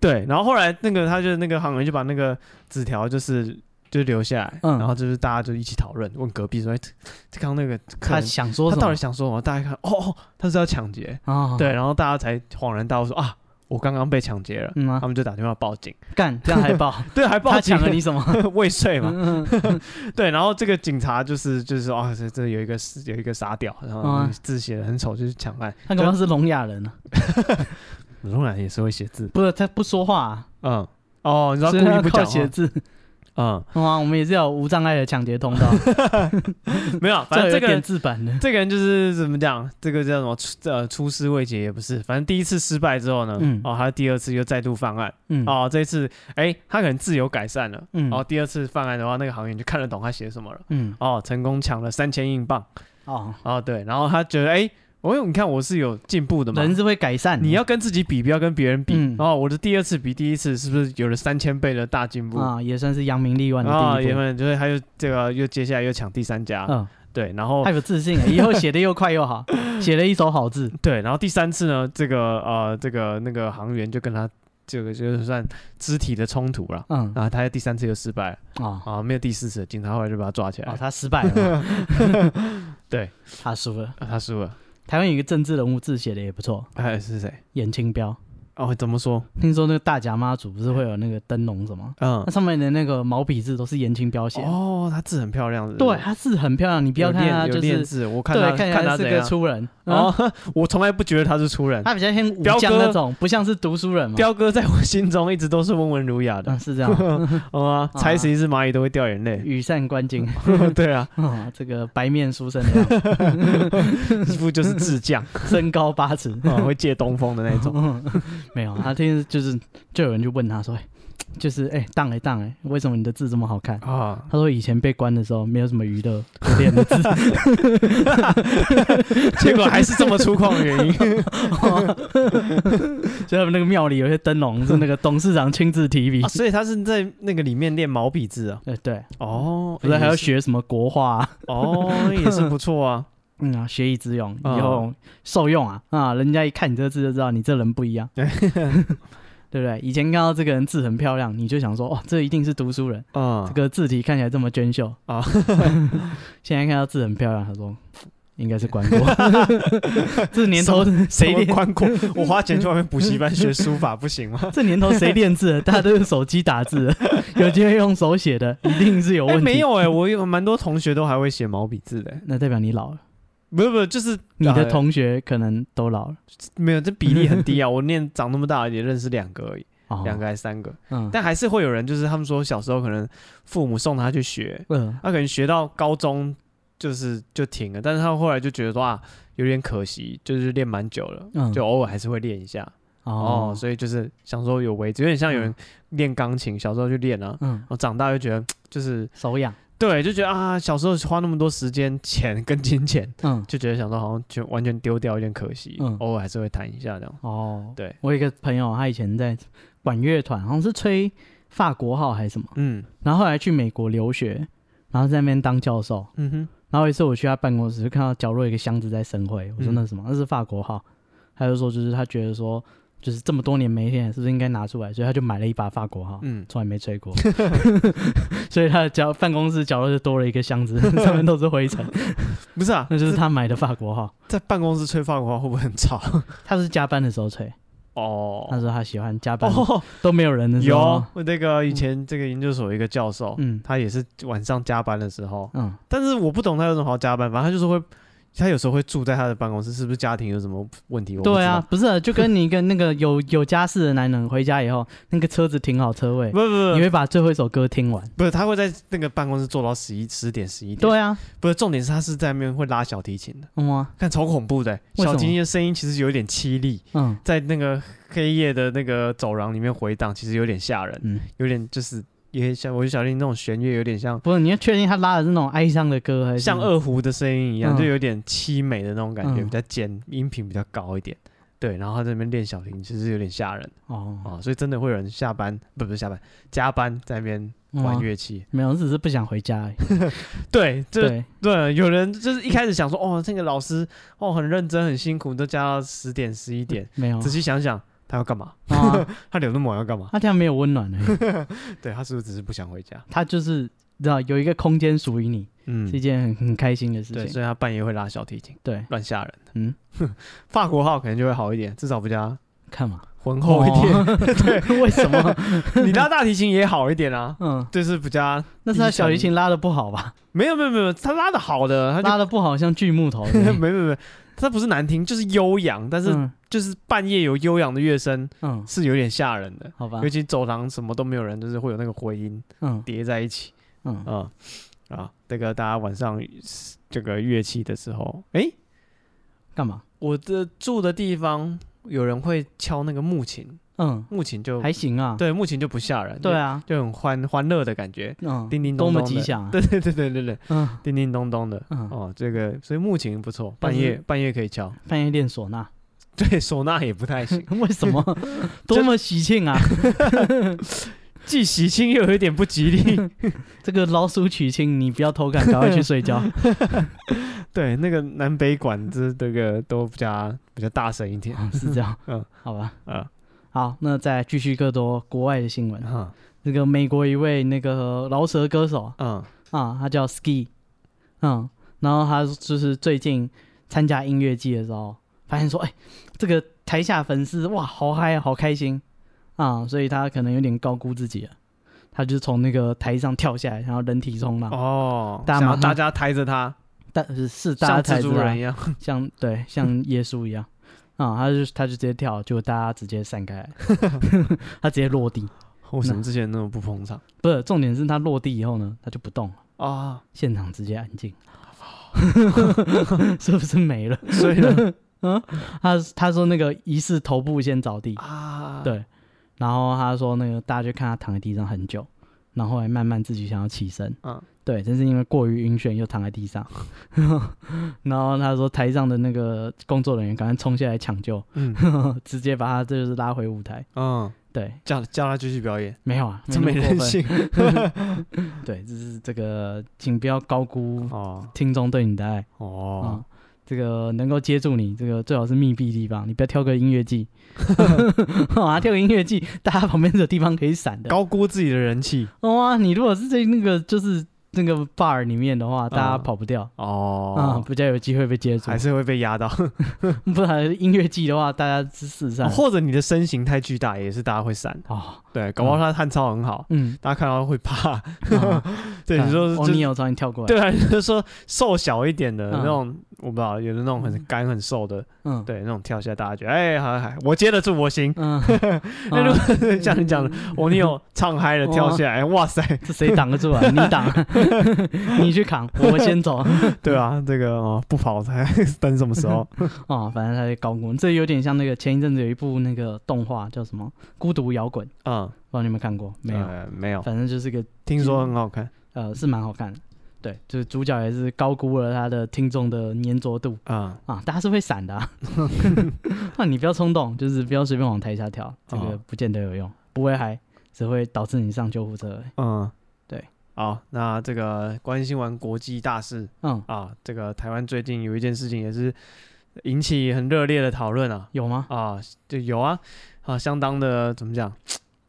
[SPEAKER 1] 对，然后后来那个他就那个航员就把那个纸条就是就留下来，
[SPEAKER 2] 嗯
[SPEAKER 1] 然后就是大家就一起讨论，问隔壁说，哎，这这刚刚那个客
[SPEAKER 2] 他
[SPEAKER 1] 人
[SPEAKER 2] 想说
[SPEAKER 1] 他
[SPEAKER 2] 什
[SPEAKER 1] 到
[SPEAKER 2] 么
[SPEAKER 1] 底？想说什么？大家看，哦哦，他是要抢劫，
[SPEAKER 2] 啊，
[SPEAKER 1] 对，，然后大家才恍然大悟说啊，我刚刚被抢劫了。
[SPEAKER 2] 嗯啊
[SPEAKER 1] 他，们就打电话报警，
[SPEAKER 2] 干这样还报，
[SPEAKER 1] 对，还 报
[SPEAKER 2] 他
[SPEAKER 1] 警
[SPEAKER 2] 抢了你什么？
[SPEAKER 1] 未遂嘛？
[SPEAKER 2] 嗯
[SPEAKER 1] 对，然后这个警察就是就是说啊，这这有一个有一个傻屌，然后
[SPEAKER 2] 嗯
[SPEAKER 1] 字写的很丑，就是抢案。
[SPEAKER 2] 他可能是聋哑人呢，
[SPEAKER 1] 龙然也是会写字，
[SPEAKER 2] 不是他不说话啊，
[SPEAKER 1] 嗯，哦，你知道故
[SPEAKER 2] 所以他
[SPEAKER 1] 意不
[SPEAKER 2] 靠
[SPEAKER 1] 讲
[SPEAKER 2] 写
[SPEAKER 1] 话，
[SPEAKER 2] 字。
[SPEAKER 1] 嗯，
[SPEAKER 2] 哇，我们也是有无障碍的抢劫通道，
[SPEAKER 1] 没 有， 反正这
[SPEAKER 2] 这有
[SPEAKER 1] 个
[SPEAKER 2] 点
[SPEAKER 1] 人，
[SPEAKER 2] 自版的。
[SPEAKER 1] 这个人就是怎么讲，这个叫什么出呃出师未捷也不是，反正第一次失败之后呢，
[SPEAKER 2] 嗯
[SPEAKER 1] 哦，他第二次又再度犯案，
[SPEAKER 2] 嗯
[SPEAKER 1] 哦，这一次，哎，他可能自由改善了，
[SPEAKER 2] 嗯
[SPEAKER 1] 然后第二次犯案的话，那个行员就看得懂他写什么了，
[SPEAKER 2] 嗯
[SPEAKER 1] 哦，成功抢了三千英镑，
[SPEAKER 2] 哦，
[SPEAKER 1] 哦，对，然后他觉得，哎，我有你看我是有进步的嘛。
[SPEAKER 2] 人是会改善的。
[SPEAKER 1] 你要跟自己比，不要跟别人比。
[SPEAKER 2] 嗯
[SPEAKER 1] 然后我的第二次比第一次是不是有了三千倍的大进步？
[SPEAKER 2] 啊，也算是扬名立万
[SPEAKER 1] 嗯
[SPEAKER 2] 的
[SPEAKER 1] 啊，
[SPEAKER 2] 第一
[SPEAKER 1] 原
[SPEAKER 2] 步。
[SPEAKER 1] 本就是他又这个又接下来又抢第三家，
[SPEAKER 2] 嗯，
[SPEAKER 1] 对，然后
[SPEAKER 2] 太有自信了，以后写的又快又 好，写了一手好字。
[SPEAKER 1] 对，然后第三次呢，这个呃这个那个航员就跟他这个就是算肢体的冲突了。
[SPEAKER 2] 嗯
[SPEAKER 1] 然后他第三次又失败了
[SPEAKER 2] 哦
[SPEAKER 1] 啊，没有第四次，警察后来就把他抓起来
[SPEAKER 2] 哦，
[SPEAKER 1] 了，
[SPEAKER 2] 他失败了嘛，
[SPEAKER 1] 哎 对
[SPEAKER 2] 他输了。
[SPEAKER 1] 啊他输了。
[SPEAKER 2] 台湾有一个政治人物字写的也不错，
[SPEAKER 1] 哎，是谁？
[SPEAKER 2] 严清标。
[SPEAKER 1] 哦，怎么说？
[SPEAKER 2] 听说那个大甲妈祖不是会有那个灯笼什么？
[SPEAKER 1] 嗯
[SPEAKER 2] 那，上面的那个毛笔字都是严清标写的。
[SPEAKER 1] 哦，她字很漂亮，是不
[SPEAKER 2] 对，
[SPEAKER 1] 是，
[SPEAKER 2] 它字很漂亮，你不要
[SPEAKER 1] 有
[SPEAKER 2] 看
[SPEAKER 1] 练
[SPEAKER 2] 它
[SPEAKER 1] 有
[SPEAKER 2] 就
[SPEAKER 1] 练
[SPEAKER 2] 是
[SPEAKER 1] 字，我看她
[SPEAKER 2] 对，看起
[SPEAKER 1] 看
[SPEAKER 2] 来
[SPEAKER 1] 她
[SPEAKER 2] 是
[SPEAKER 1] 怎
[SPEAKER 2] 个
[SPEAKER 1] 样。
[SPEAKER 2] 粗人。嗯，
[SPEAKER 1] 哦， 我从来不觉得她是粗人，
[SPEAKER 2] 他比较像武
[SPEAKER 1] 彪
[SPEAKER 2] 将
[SPEAKER 1] 哥
[SPEAKER 2] 那种，不像是读书人嘛。
[SPEAKER 1] 彪哥在我心中一直都是温文儒雅的
[SPEAKER 2] 嗯，，是这样，
[SPEAKER 1] 哦啊，
[SPEAKER 2] 啊
[SPEAKER 1] 踩死一只蚂蚁都会掉眼 泪。
[SPEAKER 2] 羽扇纶巾，
[SPEAKER 1] 对啊，
[SPEAKER 2] 啊这个白面书生的样子，
[SPEAKER 1] 一副就是智将，
[SPEAKER 2] 身高八尺。
[SPEAKER 1] 啊会借东风的那种。
[SPEAKER 2] 没有，他天天就是就有人就问他说，哎就是哎当哎当哎，为什么你的字这么好看？
[SPEAKER 1] 啊，
[SPEAKER 2] 他说以前被关的时候没有什么娱乐，我练的字，
[SPEAKER 1] 结果还是这么粗犷的原 因。
[SPEAKER 2] 就他们那个庙里有些灯笼是那个董事长亲自提笔
[SPEAKER 1] 啊，。所以他是在那个里面练毛笔字啊。
[SPEAKER 2] 呃，对，
[SPEAKER 1] 哦，
[SPEAKER 2] 不是还要
[SPEAKER 1] 也是
[SPEAKER 2] 学什么国画啊？
[SPEAKER 1] 哦，也是不错 啊。
[SPEAKER 2] 嗯啊，学以致用，以
[SPEAKER 1] 啊
[SPEAKER 2] 后受用啊啊！人家一看你这字就知道你这人不一样，对不 对？以前看到这个人字很漂亮，你就想说，哇，这一定是读书人，
[SPEAKER 1] 嗯，
[SPEAKER 2] 这个字体看起来这么娟秀
[SPEAKER 1] 啊！
[SPEAKER 2] 现在看到字很漂亮，他说应该是关 过，这年头谁
[SPEAKER 1] 谁
[SPEAKER 2] 练？
[SPEAKER 1] 关 过？我花钱去外面补习班学书法不行吗？
[SPEAKER 2] 这年 头谁练字的？大家都用手机打字的，有机会用手 写的，一定是有
[SPEAKER 1] 哎，
[SPEAKER 2] 问题。
[SPEAKER 1] 没，有哎，我有蛮多同学都还会写毛笔字的。
[SPEAKER 2] 那代表你老了，
[SPEAKER 1] 不是不是，就是
[SPEAKER 2] 你
[SPEAKER 1] 啊
[SPEAKER 2] 的同学可能都老了。
[SPEAKER 1] 没有，这比例很 低啊。我念长那么大也认识两个而已，
[SPEAKER 2] 哦，
[SPEAKER 1] 两个还是三个，
[SPEAKER 2] 嗯，
[SPEAKER 1] 但还是会有人，就是他们说小时候可能父母送他去学，啊
[SPEAKER 2] 嗯
[SPEAKER 1] 他可能学到高中就是就停了，但是他后来就觉得说啊有点可惜，就是练蛮久了，
[SPEAKER 2] 嗯
[SPEAKER 1] 就偶尔还是会练一下哦嗯
[SPEAKER 2] 哦，
[SPEAKER 1] 所以就是想说有为止，有点像有人练钢琴，小时候去练啊，
[SPEAKER 2] 嗯，
[SPEAKER 1] 我长大就觉得就是
[SPEAKER 2] 手痒，
[SPEAKER 1] 对，就觉得啊小时候花那么多时间、钱跟金钱，
[SPEAKER 2] 嗯，
[SPEAKER 1] 就觉得想说好像就完全丢掉，有点可惜，
[SPEAKER 2] 嗯
[SPEAKER 1] 偶尔还是会弹一下这样。
[SPEAKER 2] 哦，
[SPEAKER 1] 对，
[SPEAKER 2] 我有一个朋友，他以前在管乐团，好像是吹法国号还是什么，
[SPEAKER 1] 嗯
[SPEAKER 2] 然后后来去美国留学，然后在那边当教授。
[SPEAKER 1] 嗯哼，
[SPEAKER 2] 然后有一次我去他办公室，就看到角落有一个箱子在生灰，我说
[SPEAKER 1] 嗯
[SPEAKER 2] 那是什么？那是法国号。他就说就是他觉得说就是这么多年没练，是不是应该拿出来？所以他就买了一把法国号。
[SPEAKER 1] 嗯，
[SPEAKER 2] 从来没吹过， 所以他的角办公室角落就多了一个箱 子，上面都是灰尘，
[SPEAKER 1] 不是啊，
[SPEAKER 2] 那就是他买的法国号。
[SPEAKER 1] 在办公室吹法国话会不会很吵？
[SPEAKER 2] 他是加班的时候吹，
[SPEAKER 1] 哦
[SPEAKER 2] 他说他喜欢加班、
[SPEAKER 1] 哦，
[SPEAKER 2] 都没有人的时候
[SPEAKER 1] 有。那个以前这个研究所有一个教授，
[SPEAKER 2] 嗯
[SPEAKER 1] 他也是晚上加班的时候，
[SPEAKER 2] 嗯，
[SPEAKER 1] 但是我不懂他有什么好加班，反正他就是会，他有时候会住在他的办公室，是不是家庭有什么问题？我不
[SPEAKER 2] 对啊，
[SPEAKER 1] 知道，
[SPEAKER 2] 不是啊，就跟你跟那个有 有家室的男人回家以后，那个车子停好车位
[SPEAKER 1] 不，
[SPEAKER 2] 你
[SPEAKER 1] 不
[SPEAKER 2] 会把最后一首歌听完。
[SPEAKER 1] 不，不是他会在那个办公室坐到十一十点十一点，
[SPEAKER 2] 对啊，
[SPEAKER 1] 不是重点是他是在那边会拉小提琴的，
[SPEAKER 2] 嗯啊，
[SPEAKER 1] 看超恐怖的、
[SPEAKER 2] 为什么
[SPEAKER 1] 小提琴的声音其实有一点凄厉，
[SPEAKER 2] 嗯
[SPEAKER 1] 在那个黑夜的那个走廊里面回荡，其实有点吓人，
[SPEAKER 2] 嗯。
[SPEAKER 1] 有点就是有点像我就小提琴那种弦乐，有点像。
[SPEAKER 2] 不是，你要确定他拉的是那种哀伤的歌，还是
[SPEAKER 1] 像二胡的声音一样，
[SPEAKER 2] 嗯
[SPEAKER 1] 就有点凄美的那种感觉，
[SPEAKER 2] 嗯
[SPEAKER 1] 比较尖，音频比较高一点。对，然后他在那边练小提琴，其实有点吓人
[SPEAKER 2] 哦，
[SPEAKER 1] 啊，所以真的会有人下班，不不是下班，加班在那边
[SPEAKER 2] 嗯啊
[SPEAKER 1] 玩乐器。
[SPEAKER 2] 没有，只是不想回家而已。
[SPEAKER 1] 对，这对
[SPEAKER 2] 对，
[SPEAKER 1] 有人就是一开始想说，哦，这个老师哦很认真很辛苦，都加到十点十一点。
[SPEAKER 2] 没有
[SPEAKER 1] 仔细想想，他要干嘛？
[SPEAKER 2] 啊，
[SPEAKER 1] 他留那么晚要干嘛？
[SPEAKER 2] 他这样没有温 暖而已。
[SPEAKER 1] 对他是不是只是不想回家？
[SPEAKER 2] 他就是你知道有一个空间属于你，
[SPEAKER 1] 嗯
[SPEAKER 2] 是一，件很很开心的事
[SPEAKER 1] 对，
[SPEAKER 2] 情。
[SPEAKER 1] 所以他半夜会拉小提琴，
[SPEAKER 2] 对，
[SPEAKER 1] 乱吓人。
[SPEAKER 2] 嗯，
[SPEAKER 1] 法国号可能就会好一点，至少比较
[SPEAKER 2] 看嘛，哦
[SPEAKER 1] 浑哦厚一点。
[SPEAKER 2] 对，为什么？
[SPEAKER 1] 你拉大提琴也好一点啊，
[SPEAKER 2] 嗯，
[SPEAKER 1] 就是比较
[SPEAKER 2] 那是他小提琴拉的不好吧？
[SPEAKER 1] 没有没有没有，他拉的好的，他
[SPEAKER 2] 拉
[SPEAKER 1] 就
[SPEAKER 2] 的不好像锯木头
[SPEAKER 1] 没有
[SPEAKER 2] 的。
[SPEAKER 1] 没有没有，他不是难听，就是悠扬，但是
[SPEAKER 2] 嗯
[SPEAKER 1] 就是半夜有悠扬的乐声
[SPEAKER 2] 嗯，
[SPEAKER 1] 是有点吓人的，
[SPEAKER 2] 好吧
[SPEAKER 1] 尤，其走廊什么都没有人，就是会有那个回音
[SPEAKER 2] 嗯
[SPEAKER 1] 叠在一起
[SPEAKER 2] 嗯，
[SPEAKER 1] 啊啊，这个大家晚上这个乐器的时候，诶，
[SPEAKER 2] 干嘛？
[SPEAKER 1] 我的住的地方有人会敲那个木琴，
[SPEAKER 2] 嗯，
[SPEAKER 1] 木琴就
[SPEAKER 2] 还行啊。
[SPEAKER 1] 对木琴就不吓人，
[SPEAKER 2] 对，啊，
[SPEAKER 1] 就很欢欢乐的感觉，
[SPEAKER 2] 嗯，
[SPEAKER 1] 叮叮
[SPEAKER 2] 多
[SPEAKER 1] 咚咚
[SPEAKER 2] 么
[SPEAKER 1] 的
[SPEAKER 2] 吉祥啊。
[SPEAKER 1] 对对对对对对。
[SPEAKER 2] 嗯，
[SPEAKER 1] 叮叮咚咚的，
[SPEAKER 2] 嗯
[SPEAKER 1] 哦，这个所以木琴不错，
[SPEAKER 2] 但
[SPEAKER 1] 半
[SPEAKER 2] 是
[SPEAKER 1] 夜半夜可以敲，
[SPEAKER 2] 半夜练唢呐，，
[SPEAKER 1] 对，唢呐也不太行
[SPEAKER 2] 为 什么？多么喜庆啊！
[SPEAKER 1] 既喜庆又有一点不吉 利。
[SPEAKER 2] 这个老鼠娶亲，你不要偷看，赶快去 睡觉。哦
[SPEAKER 1] 对，那个南北管这这个都比较比较大声一点，
[SPEAKER 2] 嗯是这样，
[SPEAKER 1] 嗯，
[SPEAKER 2] 好吧。
[SPEAKER 1] 啊
[SPEAKER 2] 好，那再继续更多国外的新闻。
[SPEAKER 1] 哈
[SPEAKER 2] 那个美国一位那个饶舌歌手
[SPEAKER 1] 嗯
[SPEAKER 2] 啊，他叫 Ski，嗯，然后他就是最近参加音乐季的时候，发现说，哎、这个台下粉丝哇，好嗨啊，好开心啊、所以他可能有点高估自己了，他就从那个台上跳下来，然后人体冲浪，
[SPEAKER 1] 哦，
[SPEAKER 2] 啊大家
[SPEAKER 1] 想要
[SPEAKER 2] 马上
[SPEAKER 1] 大家抬着他，
[SPEAKER 2] 但是是大家
[SPEAKER 1] 像
[SPEAKER 2] 才
[SPEAKER 1] 蜘
[SPEAKER 2] 知
[SPEAKER 1] 蛛
[SPEAKER 2] 道
[SPEAKER 1] 人一， 样，
[SPEAKER 2] 像对像耶稣一样啊、他就他就直接跳，结果大家直接 散开来，他直接落地，
[SPEAKER 1] 为什么之前那么不捧 场
[SPEAKER 2] 不是重点是他落地以后呢，他就不动了，
[SPEAKER 1] 啊？
[SPEAKER 2] 现场直接安静，
[SPEAKER 1] 哦
[SPEAKER 2] 是不是没了？
[SPEAKER 1] 所以 呢
[SPEAKER 2] 他他说那个疑似头部先着地，
[SPEAKER 1] 啊，
[SPEAKER 2] 对然后他说那个大家就看他躺在地上很久，然后后来慢慢自己想要起身，
[SPEAKER 1] 嗯
[SPEAKER 2] 对，但是因为过于晕眩又躺在地上， 然后他说台上的那个工作人员赶快冲下来抢救，
[SPEAKER 1] 嗯
[SPEAKER 2] 直接把他就是拉回舞台，
[SPEAKER 1] 嗯，
[SPEAKER 2] 对，叫
[SPEAKER 1] 叫叫他继续表演，
[SPEAKER 2] 没有啊，
[SPEAKER 1] 真
[SPEAKER 2] 没
[SPEAKER 1] 没
[SPEAKER 2] 那么过
[SPEAKER 1] 人
[SPEAKER 2] 分，
[SPEAKER 1] 性
[SPEAKER 2] 对，就是这个，请不要高估
[SPEAKER 1] 哦
[SPEAKER 2] 听众对你的爱。
[SPEAKER 1] 哦
[SPEAKER 2] 啊、这个能够接住你，这个最好是密闭地方，你不要挑个音 乐季，啊，挑个音乐季，大家旁边是有地方可以闪的。哇、
[SPEAKER 1] 高估自己的人气
[SPEAKER 2] 你如果是在那个就是那个 bar 里面的话，大家
[SPEAKER 1] 嗯
[SPEAKER 2] 跑不掉，啊、
[SPEAKER 1] 哦，
[SPEAKER 2] 比较有机会被接住
[SPEAKER 1] 还。是会被压到，
[SPEAKER 2] 不然音乐季的话，大家是 四散。
[SPEAKER 1] 或者你的身形太巨大，也是大家会闪。
[SPEAKER 2] 哦，
[SPEAKER 1] 对，搞不好他探操很好，
[SPEAKER 2] 嗯，
[SPEAKER 1] 大家看到会怕。
[SPEAKER 2] 啊
[SPEAKER 1] 对，你说
[SPEAKER 2] 哦，
[SPEAKER 1] 就
[SPEAKER 2] 你有朝你跳过来，
[SPEAKER 1] 对啊， 就是说瘦小一点的
[SPEAKER 2] 嗯
[SPEAKER 1] 那种，我不知道，有的那种很干很瘦的，
[SPEAKER 2] 嗯，，
[SPEAKER 1] 对，那种跳下来大家觉得，哎，好，好我接得住，我行。
[SPEAKER 2] 嗯，
[SPEAKER 1] 那如
[SPEAKER 2] 啊
[SPEAKER 1] 果像你讲的，
[SPEAKER 2] 嗯
[SPEAKER 1] 我你有唱嗨了跳下
[SPEAKER 2] 哦
[SPEAKER 1] 来，哇塞，
[SPEAKER 2] 这谁挡得住啊？你 挡，你去扛，我先走。
[SPEAKER 1] 对啊，这个哦不跑才 等什么时候？
[SPEAKER 2] 哦，反正他在高估，这有点像那个前一阵子有一部那个动画叫什么《孤独摇滚》，不
[SPEAKER 1] 嗯，
[SPEAKER 2] 知道你有没有看过？没有，
[SPEAKER 1] 呃没有，
[SPEAKER 2] 反正就是个
[SPEAKER 1] 听说很好看
[SPEAKER 2] 呃是蛮好看的，对，就是主角也是高估了他的听众的粘着度
[SPEAKER 1] 啊，
[SPEAKER 2] 啊，大家是会闪的、啊， 那你不要冲动，就是不要随便往台下跳，这个
[SPEAKER 1] 哦
[SPEAKER 2] 不见得有用，不会嗨，只会导致你上救护车而已。
[SPEAKER 1] 嗯，
[SPEAKER 2] 对。
[SPEAKER 1] 好，那这个关心完国际大事
[SPEAKER 2] 嗯，
[SPEAKER 1] 啊，这个台湾最近有一件事情也是引起很热烈的讨论啊，
[SPEAKER 2] 有吗？
[SPEAKER 1] 啊，就有啊，啊，相当的怎么讲？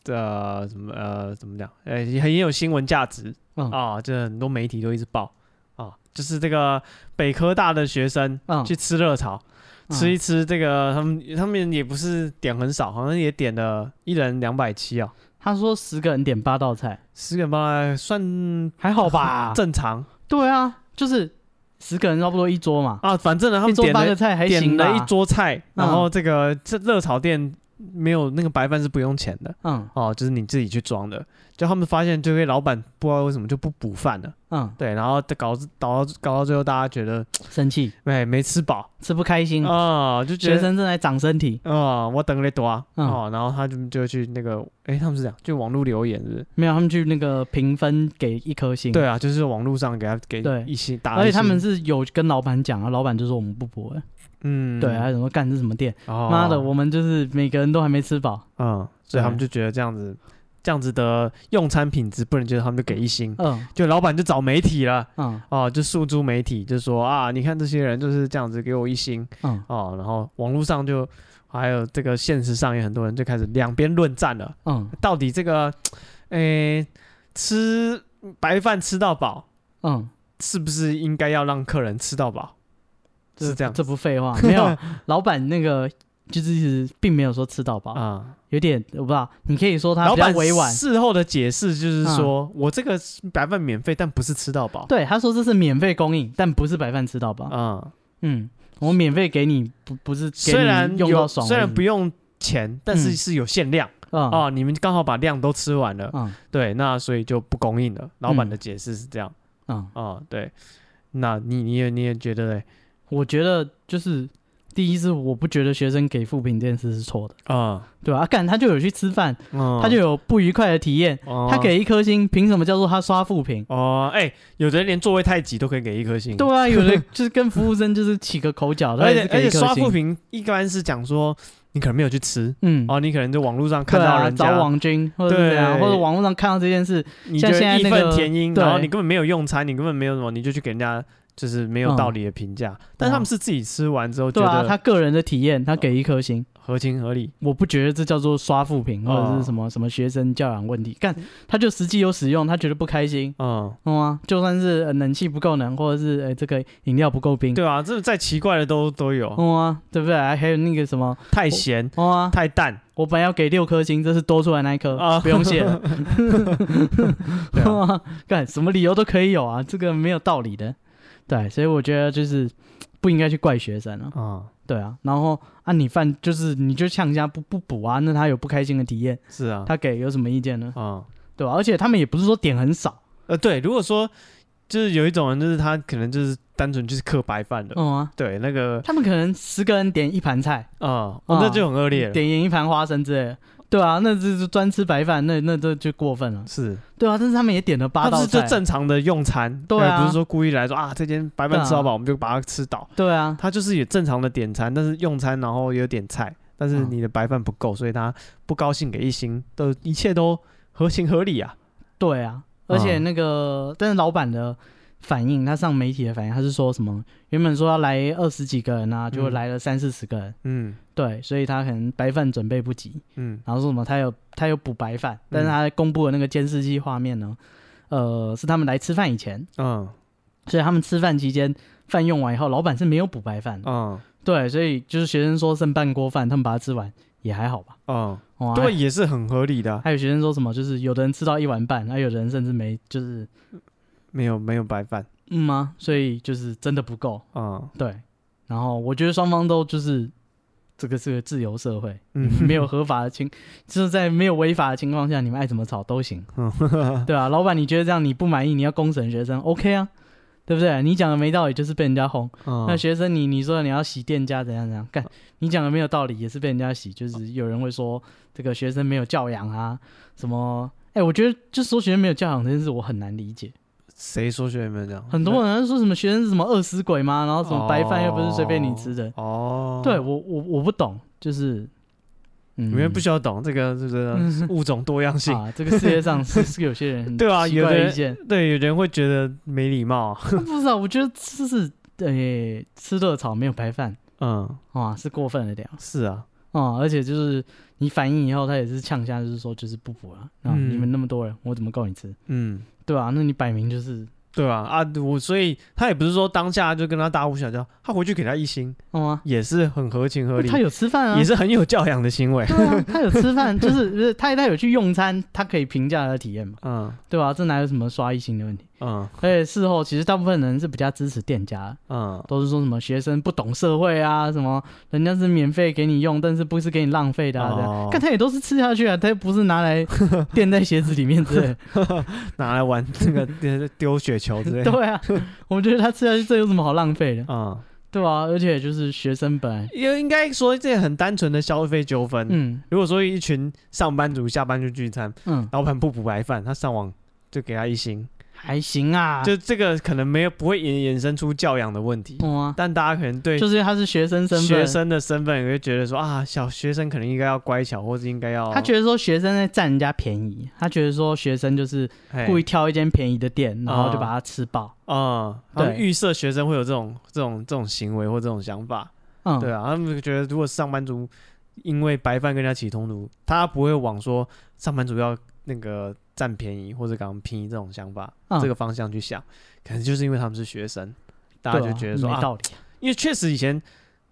[SPEAKER 1] 这怎么呃怎么讲？呃，也很有新闻价值
[SPEAKER 2] 嗯
[SPEAKER 1] 啊，这很多媒体都一直报啊，就是这个北科大的学生
[SPEAKER 2] 嗯，
[SPEAKER 1] 去吃热炒，吃一吃这个他们他们也不是点很少，好像也点了一人两百七啊，
[SPEAKER 2] 他说十个人点八道菜，
[SPEAKER 1] 十个人吧算
[SPEAKER 2] 还好吧？
[SPEAKER 1] 正常
[SPEAKER 2] 对啊，就是十个人差不多一桌嘛。
[SPEAKER 1] 啊，反正呢他
[SPEAKER 2] 一
[SPEAKER 1] 们
[SPEAKER 2] 桌
[SPEAKER 1] 点
[SPEAKER 2] 八个
[SPEAKER 1] 了
[SPEAKER 2] 菜还
[SPEAKER 1] 点
[SPEAKER 2] 行吧
[SPEAKER 1] 了一，桌菜，然
[SPEAKER 2] 嗯
[SPEAKER 1] 后这个这热炒店没有那个白饭是不用钱的。
[SPEAKER 2] 嗯
[SPEAKER 1] 哦，就是你自己去装的。就他们发现，这位老板不知道为什么就不补饭了，
[SPEAKER 2] 嗯，
[SPEAKER 1] 对，然后搞搞到搞到最后，大家觉得
[SPEAKER 2] 生气，
[SPEAKER 1] 哎没吃饱
[SPEAKER 2] 吃不开心，
[SPEAKER 1] 啊、就觉
[SPEAKER 2] 嗯学
[SPEAKER 1] 得
[SPEAKER 2] 生正在长身体，
[SPEAKER 1] 啊、我等了多啊，
[SPEAKER 2] 嗯
[SPEAKER 1] 哦，然后他就就去那个，哎，他们是这样，就网络留言是不是？
[SPEAKER 2] 没有他们去那个评分给一颗星，
[SPEAKER 1] 对，啊，就是网络上给他给
[SPEAKER 2] 对
[SPEAKER 1] 一星打一星，
[SPEAKER 2] 而且他们是有跟老板讲啊，老板就说我们不补了，
[SPEAKER 1] 嗯，
[SPEAKER 2] 对，还有什么干这什么店，
[SPEAKER 1] 哦
[SPEAKER 2] 妈的，我们就是每个人都还没吃饱，
[SPEAKER 1] 嗯，所以他们
[SPEAKER 2] 对
[SPEAKER 1] 就觉得这样子这样子的用餐品质不能接受，他们就给一星，
[SPEAKER 2] 嗯
[SPEAKER 1] 就老板就找媒体了。
[SPEAKER 2] 嗯
[SPEAKER 1] 哦，就诉诸媒体，就说啊，你看这些人就是这样子给我一星，
[SPEAKER 2] 嗯，
[SPEAKER 1] 哦，然后网络上就还有这个现实上也很多人就开始两边论战了，
[SPEAKER 2] 嗯
[SPEAKER 1] 到底这个，诶、吃白饭吃到饱
[SPEAKER 2] 嗯，
[SPEAKER 1] 是不是应该要让客人吃到饱？是这样
[SPEAKER 2] 这不废话，没有老板那个就是并没有说吃到饱，
[SPEAKER 1] 啊、
[SPEAKER 2] 有点我不知道，你可以说他
[SPEAKER 1] 老
[SPEAKER 2] 比较
[SPEAKER 1] 板
[SPEAKER 2] 委婉，嗯
[SPEAKER 1] 事后的解释就是说、我这个白饭免费，但不是吃到饱。
[SPEAKER 2] 对，他说这是免费供应，但不是白饭吃到饱，
[SPEAKER 1] 嗯，
[SPEAKER 2] 嗯，我免费给你，不不是给
[SPEAKER 1] 虽然
[SPEAKER 2] 你用到
[SPEAKER 1] 有
[SPEAKER 2] 爽为止，
[SPEAKER 1] 虽然不用钱，但是
[SPEAKER 2] 嗯
[SPEAKER 1] 是有限量
[SPEAKER 2] 嗯
[SPEAKER 1] 啊、你们刚好把量都吃完了，
[SPEAKER 2] 嗯
[SPEAKER 1] 对，那所以就不供应了。老板
[SPEAKER 2] 嗯
[SPEAKER 1] 的解释是这样。
[SPEAKER 2] 嗯，
[SPEAKER 1] 哦，对，那你你也你也觉得嘞？
[SPEAKER 2] 我觉得就是第一是我不觉得学生给负评这件事是错的，
[SPEAKER 1] 啊，
[SPEAKER 2] 对吧、啊？干他就有去吃饭，
[SPEAKER 1] 嗯
[SPEAKER 2] 他就有不愉快的体验，
[SPEAKER 1] 哦
[SPEAKER 2] 他给一颗星，凭什么叫做他刷负评？
[SPEAKER 1] 哦，哎、有的人连座位太挤都可以给一颗星，
[SPEAKER 2] 对，啊，有的就是跟服务生就是起个 口角，他
[SPEAKER 1] 嗯而且
[SPEAKER 2] 也是
[SPEAKER 1] 而
[SPEAKER 2] 给一
[SPEAKER 1] 且刷
[SPEAKER 2] 颗
[SPEAKER 1] 负
[SPEAKER 2] 星。
[SPEAKER 1] 评一般是讲说你可能没有去吃，
[SPEAKER 2] 嗯，
[SPEAKER 1] 哦，你可能在网络上看
[SPEAKER 2] 对
[SPEAKER 1] 到
[SPEAKER 2] 啊
[SPEAKER 1] 人
[SPEAKER 2] 找
[SPEAKER 1] 家，
[SPEAKER 2] 网军或者是怎样，
[SPEAKER 1] 对
[SPEAKER 2] 或者网络上看到这件事，
[SPEAKER 1] 你就
[SPEAKER 2] 像现在
[SPEAKER 1] 义
[SPEAKER 2] 那
[SPEAKER 1] 愤
[SPEAKER 2] 个
[SPEAKER 1] 填膺，然后
[SPEAKER 2] 对
[SPEAKER 1] 你根本没有用餐，你根本没有什么，你就去给人家就是没有
[SPEAKER 2] 嗯啊
[SPEAKER 1] 道理的评价，但他们是自己吃完之后觉
[SPEAKER 2] 对啊，
[SPEAKER 1] 得
[SPEAKER 2] 他个人的体验，他给一颗星，
[SPEAKER 1] 合情合理。
[SPEAKER 2] 我不觉得这叫做刷负评或者是什么、什么学生教养问题，干他就实际有使用，他觉得不开心，
[SPEAKER 1] 嗯，
[SPEAKER 2] 懂吗？就算是、呃冷气不够冷，或者是呃这个饮料不够冰，
[SPEAKER 1] 对啊，这再奇怪的都都有，
[SPEAKER 2] 懂吗？对不对？啊还还有那个什么，
[SPEAKER 1] 太咸、
[SPEAKER 2] 懂吗？
[SPEAKER 1] 太淡
[SPEAKER 2] 我本来要给六颗星，这是多出来那一颗，
[SPEAKER 1] 啊
[SPEAKER 2] 不用谢了。
[SPEAKER 1] 对啊
[SPEAKER 2] 哇干什么理由都可以有啊，这个没有道理的。对，所以我觉得就是不应该去怪学生啊。
[SPEAKER 1] 啊、
[SPEAKER 2] 对啊，然后啊，你犯就是你就呛人家不不补啊，那他有不开心的体验，
[SPEAKER 1] 是啊，
[SPEAKER 2] 他给有什么意见呢？
[SPEAKER 1] 啊、
[SPEAKER 2] 对吧、而且他们也不是说点很少，
[SPEAKER 1] 呃，对，如果说就是有一种人，就是他可能就是单纯就是嗑白饭的，
[SPEAKER 2] 嗯啊，
[SPEAKER 1] 对，那个
[SPEAKER 2] 他们可能十个人点一盘菜，
[SPEAKER 1] 啊、
[SPEAKER 2] 啊
[SPEAKER 1] 哦，那就很恶劣了，
[SPEAKER 2] 点一盘花生之类的。对啊，那这是专吃白饭，那那这就过分了。
[SPEAKER 1] 是，
[SPEAKER 2] 对啊，但是他们也点了八
[SPEAKER 1] 他不
[SPEAKER 2] 道
[SPEAKER 1] 是就
[SPEAKER 2] 菜，
[SPEAKER 1] 正常的用餐，
[SPEAKER 2] 对啊
[SPEAKER 1] 而不是说故意来说啊，这间白饭吃到饱，我们就把它吃倒，
[SPEAKER 2] 对啊，
[SPEAKER 1] 他就是也正常的点餐，但是用餐然后也有点菜，但
[SPEAKER 2] 嗯
[SPEAKER 1] 是你的白饭不够，所以他不高兴给一星，都一切都合情合理啊，
[SPEAKER 2] 对啊，而且
[SPEAKER 1] 嗯
[SPEAKER 2] 那个，但是老板的反应，他上媒体的反应，他是说什么？原本说要来二十几个人啊，就
[SPEAKER 1] 嗯
[SPEAKER 2] 来了三四十个人，
[SPEAKER 1] 嗯
[SPEAKER 2] 对，所以他可能白饭准备不及，
[SPEAKER 1] 嗯
[SPEAKER 2] 然后说什么他有他有补白饭，但是他公布的那个监视器画面呢，呃，是他们来吃饭以前，
[SPEAKER 1] 嗯
[SPEAKER 2] 所以他们吃饭期间饭用完以后，老板是没有补白饭的，
[SPEAKER 1] 嗯
[SPEAKER 2] 对，所以就是学生说剩半锅饭，他们把它吃完也还好吧，
[SPEAKER 1] 嗯，
[SPEAKER 2] 哦、还
[SPEAKER 1] 对，也是很合理的啊、
[SPEAKER 2] 还有学生说什么，就是有的人吃到一碗半，还、有的人甚至没，就是
[SPEAKER 1] 没有没有白饭
[SPEAKER 2] 嗯吗、所以就是真的不够，
[SPEAKER 1] 啊，
[SPEAKER 2] 对。然后我觉得双方都就是这个是个自由社会，
[SPEAKER 1] 嗯
[SPEAKER 2] 没有合法的情， 就是在没有违法的情况下，你们爱怎么吵都行，
[SPEAKER 1] 嗯
[SPEAKER 2] 对啊，老板，你觉得这样你不满意，你要公审学生，OK 啊，对不对？你讲的没道理就是被人家轰，
[SPEAKER 1] 嗯
[SPEAKER 2] 那学生你你说你要洗店家怎样怎样干，你讲的没有道理也是被人家洗，就是有人会说这个学生没有教养啊，什么。哎、我觉得就说学生没有教养这件事，我很难理解。
[SPEAKER 1] 谁说学员没有这样？
[SPEAKER 2] 很多人说什么学生是什么饿死鬼吗？然后什么白饭又不是随便你吃的。
[SPEAKER 1] 哦，
[SPEAKER 2] 对我我我不懂，就是嗯，
[SPEAKER 1] 你们不需要懂这个，是不是物种多样性？
[SPEAKER 2] 啊，这个世界上是是有些人很
[SPEAKER 1] 对啊
[SPEAKER 2] 奇
[SPEAKER 1] 有
[SPEAKER 2] 怪
[SPEAKER 1] 的
[SPEAKER 2] 的
[SPEAKER 1] 人
[SPEAKER 2] 意见，
[SPEAKER 1] 对，有人会觉得没礼貌啊，
[SPEAKER 2] 不知道，我觉得这是诶、吃热炒没有白饭
[SPEAKER 1] 嗯，
[SPEAKER 2] 啊，是过分了点
[SPEAKER 1] 是啊，
[SPEAKER 2] 啊，而且就是你反应以后，他也是呛下，就是说就是不补了啊，
[SPEAKER 1] 嗯
[SPEAKER 2] 你们那么多人，我怎么够你吃？
[SPEAKER 1] 嗯。
[SPEAKER 2] 对啊，那你摆明就是，
[SPEAKER 1] 对啊，啊，我所以他也不是说当下就跟他大呼小叫，他回去给他一星
[SPEAKER 2] 哦啊，
[SPEAKER 1] 也是很合情合理，
[SPEAKER 2] 他有吃饭啊，
[SPEAKER 1] 也是很有教养的行 为。
[SPEAKER 2] 对啊，他有吃饭，就是 不是他他有去用餐，他可以评价他的体验嘛，
[SPEAKER 1] 嗯
[SPEAKER 2] 对吧、这哪有什么刷一星的问题？
[SPEAKER 1] 嗯
[SPEAKER 2] 而且事后其实大部分人是比较支持店家的，
[SPEAKER 1] 嗯
[SPEAKER 2] 都是说什么学生不懂社会啊，什么人家是免费给你用，但是不是给你浪费的啊，这
[SPEAKER 1] 哦
[SPEAKER 2] 样。看他也都是吃下去啊，他又不是拿来 垫在鞋子里面之类的。
[SPEAKER 1] 拿来玩这 个丢丢雪球之类的。
[SPEAKER 2] 对啊，我觉得他吃下去这有什么好浪费的，
[SPEAKER 1] 嗯，
[SPEAKER 2] 对吧、而且就是学生本来，
[SPEAKER 1] 也应该说这很单纯的消费纠纷。
[SPEAKER 2] 嗯
[SPEAKER 1] 如果说一群上班族下班就聚餐，
[SPEAKER 2] 嗯，
[SPEAKER 1] 老板不补白饭，他上网就给他一星，
[SPEAKER 2] 还行啊，
[SPEAKER 1] 就这个可能没有不会衍衍生出教养的问题，
[SPEAKER 2] 哇、
[SPEAKER 1] 但大家可能对
[SPEAKER 2] 嗯啊就是因为他是学生身份，
[SPEAKER 1] 学生的身份，也会觉得说啊，小学生可能应该要乖巧，或者应该要
[SPEAKER 2] 他觉得说学生在占人家便宜，他觉得说学生就是
[SPEAKER 1] 嘿
[SPEAKER 2] 故意挑一间便宜的店，然后就
[SPEAKER 1] 啊
[SPEAKER 2] 把它吃爆。
[SPEAKER 1] 啊，他们
[SPEAKER 2] 对
[SPEAKER 1] 预设学生会有这种这种这种行为或这种想法，
[SPEAKER 2] 嗯，
[SPEAKER 1] 对啊，他们觉得如果上班族因为白饭跟人家起冲突，他不会往说上班族要那个占便宜或者给他们便宜这种想法、
[SPEAKER 2] 嗯
[SPEAKER 1] 这个方向去想，可能就是因为他们是学生，大
[SPEAKER 2] 对啊
[SPEAKER 1] 家就觉得说
[SPEAKER 2] 没
[SPEAKER 1] 啊，
[SPEAKER 2] 道理。
[SPEAKER 1] 因为确实以前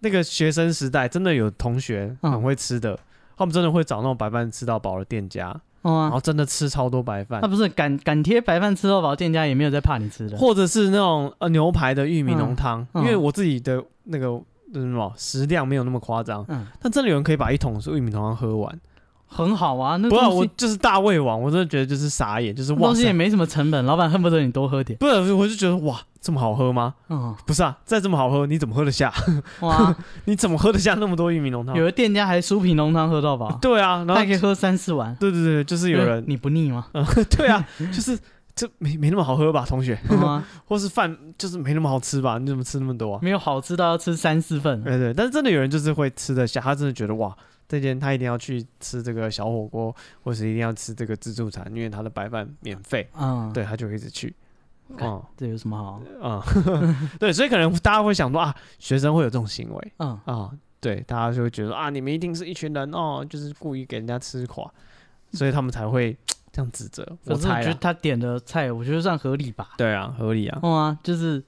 [SPEAKER 1] 那个学生时代真的有同学
[SPEAKER 2] 嗯
[SPEAKER 1] 很会吃的，他们真的会找那种白饭吃到饱的店家，
[SPEAKER 2] 哦
[SPEAKER 1] 然
[SPEAKER 2] 啊，
[SPEAKER 1] 后真的吃超多白饭
[SPEAKER 2] 他。不是敢敢贴白饭吃到饱，店家也没有在怕你吃的。
[SPEAKER 1] 或者是那种呃牛排的玉米浓
[SPEAKER 2] 嗯
[SPEAKER 1] 汤，
[SPEAKER 2] 嗯
[SPEAKER 1] 因为我自己的那个那什么食量没有那么夸张，
[SPEAKER 2] 嗯，
[SPEAKER 1] 但真的有人可以把一桶玉米浓汤喝完。
[SPEAKER 2] 很好啊，那
[SPEAKER 1] 不是
[SPEAKER 2] 东
[SPEAKER 1] 我
[SPEAKER 2] 西
[SPEAKER 1] 就是大胃王，我真的觉得就是傻眼，就是
[SPEAKER 2] 那
[SPEAKER 1] 哇
[SPEAKER 2] 东西也
[SPEAKER 1] 塞，
[SPEAKER 2] 没什么成本，老板恨不得你多喝点。
[SPEAKER 1] 不是我就觉得哇这么好喝吗？
[SPEAKER 2] 嗯，
[SPEAKER 1] 不是啊，再这么好喝你怎么喝得下？
[SPEAKER 2] 哇，
[SPEAKER 1] 你怎么喝得下那么多玉米浓汤
[SPEAKER 2] 有？的店家还酥皮浓汤喝到饱，
[SPEAKER 1] 对啊，然
[SPEAKER 2] 他
[SPEAKER 1] 后
[SPEAKER 2] 还可以喝三四碗。
[SPEAKER 1] 对对对，就是有人，
[SPEAKER 2] 你不腻吗？
[SPEAKER 1] 对啊，就是这没没那么好喝吧，同学，
[SPEAKER 2] 嗯啊，
[SPEAKER 1] 或是饭就是没那么好吃吧？你怎么吃那么多啊？
[SPEAKER 2] 没有好吃到要吃三四份。
[SPEAKER 1] 对对，但是真的有人就是会吃得下，他真的觉得哇，这间他一定要去吃这个小火锅，或是一定要吃这个自助餐，因为他的白饭免费，
[SPEAKER 2] 嗯，，
[SPEAKER 1] 对，他就会一直去。嗯
[SPEAKER 2] 这有什么好？
[SPEAKER 1] 嗯，对，所以可能大家会想说啊，学生会有这种行为
[SPEAKER 2] 嗯，
[SPEAKER 1] 啊、对，大家就会觉得说啊，你们一定是一群人哦，就是故意给人家吃垮，所以他们才会这样指责。我
[SPEAKER 2] 可是我啊
[SPEAKER 1] 猜
[SPEAKER 2] 觉得
[SPEAKER 1] 啦，
[SPEAKER 2] 他点的菜，我觉得算合理吧。
[SPEAKER 1] 对啊，合理啊，
[SPEAKER 2] 哦啊，就是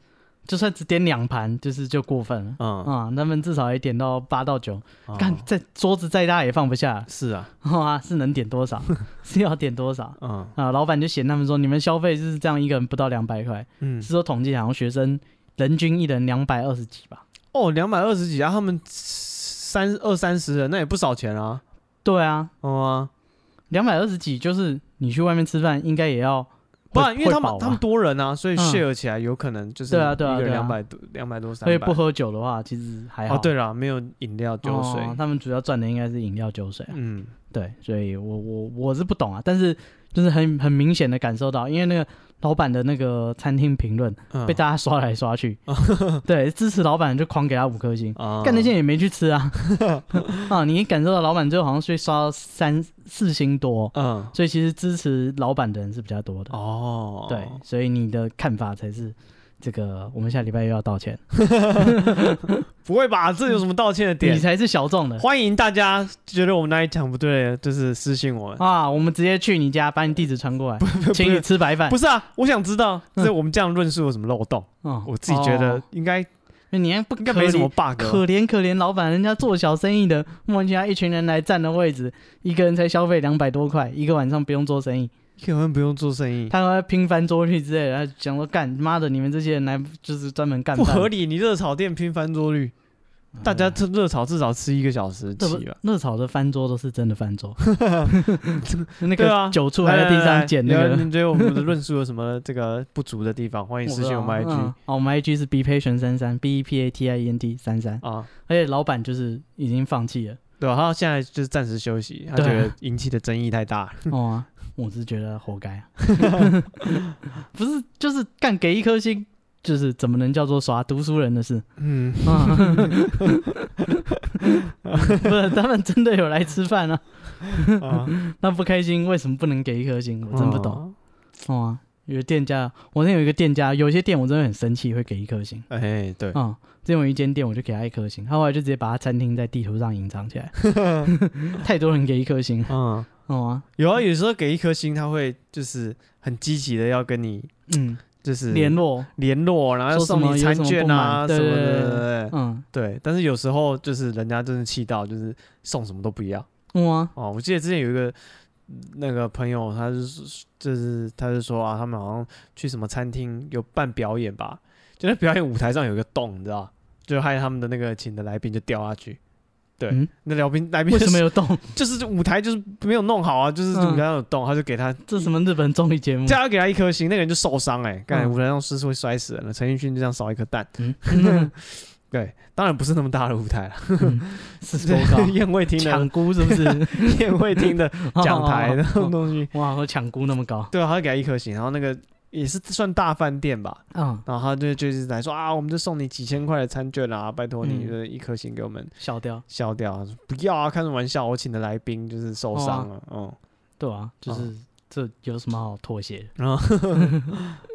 [SPEAKER 2] 就算只点两盘，就是就过分了。
[SPEAKER 1] 嗯，
[SPEAKER 2] 啊、他们至少也点到八到九，
[SPEAKER 1] 哦
[SPEAKER 2] 干这桌子再大也放不下。
[SPEAKER 1] 是啊，
[SPEAKER 2] 哇、是能点 多少是要点多少
[SPEAKER 1] 嗯
[SPEAKER 2] 啊？老板就嫌他们说，你们消费就是这样，一个人不到两百块，
[SPEAKER 1] 嗯
[SPEAKER 2] 是，说统计好像学生人均一人两百二十几吧？
[SPEAKER 1] 哦，两百二十几啊，他们三二三十人，那也不少钱啊，
[SPEAKER 2] 对啊，
[SPEAKER 1] 哦啊、
[SPEAKER 2] 两百二十几就是你去外面吃饭应该也要会，
[SPEAKER 1] 不然啊因为
[SPEAKER 2] 会
[SPEAKER 1] 他
[SPEAKER 2] 饱
[SPEAKER 1] 们他们
[SPEAKER 2] 吧
[SPEAKER 1] 多人啊，所以
[SPEAKER 2] 嗯
[SPEAKER 1] share 起来有可能就是
[SPEAKER 2] 对啊对啊
[SPEAKER 1] 一个人
[SPEAKER 2] 对啊
[SPEAKER 1] 两百多两百多三
[SPEAKER 2] 所以
[SPEAKER 1] 百。
[SPEAKER 2] 不喝酒的话其实还好。
[SPEAKER 1] 哦，对了，没有饮料酒水，
[SPEAKER 2] 哦他们主要赚的应该是饮料酒水啊、
[SPEAKER 1] 嗯
[SPEAKER 2] 对，所以我我我是不懂啊，但是就是很很明显的感受到，因为那个老板的那个餐厅评论
[SPEAKER 1] 嗯
[SPEAKER 2] 被大家刷来刷 去，对，支持老板就狂给他五颗星。
[SPEAKER 1] 啊
[SPEAKER 2] 干那些也没去吃 啊，啊，你感受到老板最后好像是刷到三四星多，
[SPEAKER 1] 嗯
[SPEAKER 2] 所以其实支持老板的人是比较多的。
[SPEAKER 1] 哦
[SPEAKER 2] 对，所以你的看法才是这个。我们下礼拜又要 道歉，
[SPEAKER 1] 不会吧？这有什么道歉的
[SPEAKER 2] 你
[SPEAKER 1] 点？
[SPEAKER 2] 才是小 众的
[SPEAKER 1] 欢迎大家觉得我们哪里讲不对，就是私信我们。
[SPEAKER 2] 啊！我们直接去你家，把你地址传过来，请你吃白饭
[SPEAKER 1] 不。是啊，我想知道
[SPEAKER 2] 哎嗯
[SPEAKER 1] 这我们这样论述有什么漏洞？
[SPEAKER 2] 嗯
[SPEAKER 1] 我自己觉得
[SPEAKER 2] 哦
[SPEAKER 1] 应该应
[SPEAKER 2] 因为你还不
[SPEAKER 1] 该
[SPEAKER 2] 可
[SPEAKER 1] 没什么
[SPEAKER 2] 怜
[SPEAKER 1] bug 哦。
[SPEAKER 2] 可怜可怜老板，人家做小生意的，莫名其妙一群人来占了位置，一个人才消费两百多块，一个晚上不用做生意，
[SPEAKER 1] 可能不用做生意，
[SPEAKER 2] 他还拼翻桌去之类的，他想说干妈的，你们这些人来就是专门干
[SPEAKER 1] 不
[SPEAKER 2] 饭
[SPEAKER 1] 合理。你热炒店拼翻桌率，
[SPEAKER 2] 嗯
[SPEAKER 1] 大家吃热炒至少吃一个小时
[SPEAKER 2] 这不
[SPEAKER 1] 起吧。
[SPEAKER 2] 热炒的翻桌都是真的 翻桌，那
[SPEAKER 1] 对啊
[SPEAKER 2] 个酒醋还在地上捡那
[SPEAKER 1] 来来来
[SPEAKER 2] 个
[SPEAKER 1] 你。觉得我们的论述有什么这个不足的地 方？欢迎私信我们 IG
[SPEAKER 2] 嗯哦，我们 IG 是 b patient 三三 b e p a t i e n t 三三，
[SPEAKER 1] 啊，
[SPEAKER 2] 而且老板就是已经放弃 了。
[SPEAKER 1] 对吧？他现在就是暂时休息，他觉
[SPEAKER 2] 对啊
[SPEAKER 1] 得引起的争议太大。
[SPEAKER 2] 哦、啊，我是觉得活该、啊， 不是就是干给一颗星，就是怎么能叫做耍读书人的事？
[SPEAKER 1] 嗯，
[SPEAKER 2] 啊 不是，他们真的有来吃饭啊，
[SPEAKER 1] 啊，
[SPEAKER 2] 那不开心为什么不能给一颗星？我真不懂。
[SPEAKER 1] 哦。
[SPEAKER 2] 哦、啊，有的店家，我那有一个店家，有些店我真的很生气，会给一颗星。
[SPEAKER 1] 哎，对，
[SPEAKER 2] 嗯，这种一间店我就给他一颗星，他后来就直接把他餐厅在地图上隐 藏起来，太多人给一颗星，
[SPEAKER 1] 嗯，
[SPEAKER 2] 哦、啊，
[SPEAKER 1] 有啊，有时候给一颗星，他会就是很积极的要跟你
[SPEAKER 2] 嗯，
[SPEAKER 1] 就是
[SPEAKER 2] 联络，
[SPEAKER 1] 联络，然后送
[SPEAKER 2] 说
[SPEAKER 1] 你
[SPEAKER 2] 什么
[SPEAKER 1] 餐券啊
[SPEAKER 2] 有什
[SPEAKER 1] 么
[SPEAKER 2] 么不满对对对
[SPEAKER 1] 的。对对
[SPEAKER 2] 嗯，
[SPEAKER 1] 对，但是有时候就是人家真的气到，就是送什么都不要。
[SPEAKER 2] 哇、啊，
[SPEAKER 1] 哦，我记得之前有一个嗯那个朋友，他就是就是他就说啊，他们好像去什么餐厅有办表演吧，就在表演舞台上有一个洞，你知道，就害他们的那个请的来宾就掉下去。对，
[SPEAKER 2] 嗯
[SPEAKER 1] 那来宾来宾
[SPEAKER 2] 为
[SPEAKER 1] 就
[SPEAKER 2] 什
[SPEAKER 1] 是
[SPEAKER 2] 么 有动？
[SPEAKER 1] 就是舞台就是没有弄好啊，就是
[SPEAKER 2] 嗯
[SPEAKER 1] 舞台上有洞，他就给他
[SPEAKER 2] 这什么日本综艺节目？
[SPEAKER 1] 加要给他一颗星，那个人就受伤哎、欸，刚才
[SPEAKER 2] 嗯
[SPEAKER 1] 舞台上是会摔死人了，陈奕迅就这样少一颗蛋。
[SPEAKER 2] 嗯， 嗯
[SPEAKER 1] 对，当然不是那么大的舞台 了，？
[SPEAKER 2] 是多高
[SPEAKER 1] 宴会厅的
[SPEAKER 2] 抢姑是不是？
[SPEAKER 1] 宴会厅
[SPEAKER 2] 哦
[SPEAKER 1] 的 讲台那种东西。
[SPEAKER 2] 哇，我抢姑那么高，
[SPEAKER 1] 对啊，他给他一颗星，然后那个也是算大饭店吧，
[SPEAKER 2] 嗯，
[SPEAKER 1] 然后他就就是来说啊，我们就送你几千块的餐券啊，拜托你
[SPEAKER 2] 嗯
[SPEAKER 1] 就是一颗星给我们
[SPEAKER 2] 笑掉，
[SPEAKER 1] 消掉啊，不要啊，开什么玩笑，我请的来宾就是受伤了，嗯，
[SPEAKER 2] 对啊，就是、
[SPEAKER 1] 哦
[SPEAKER 2] 这有什么好妥协的？
[SPEAKER 1] 然后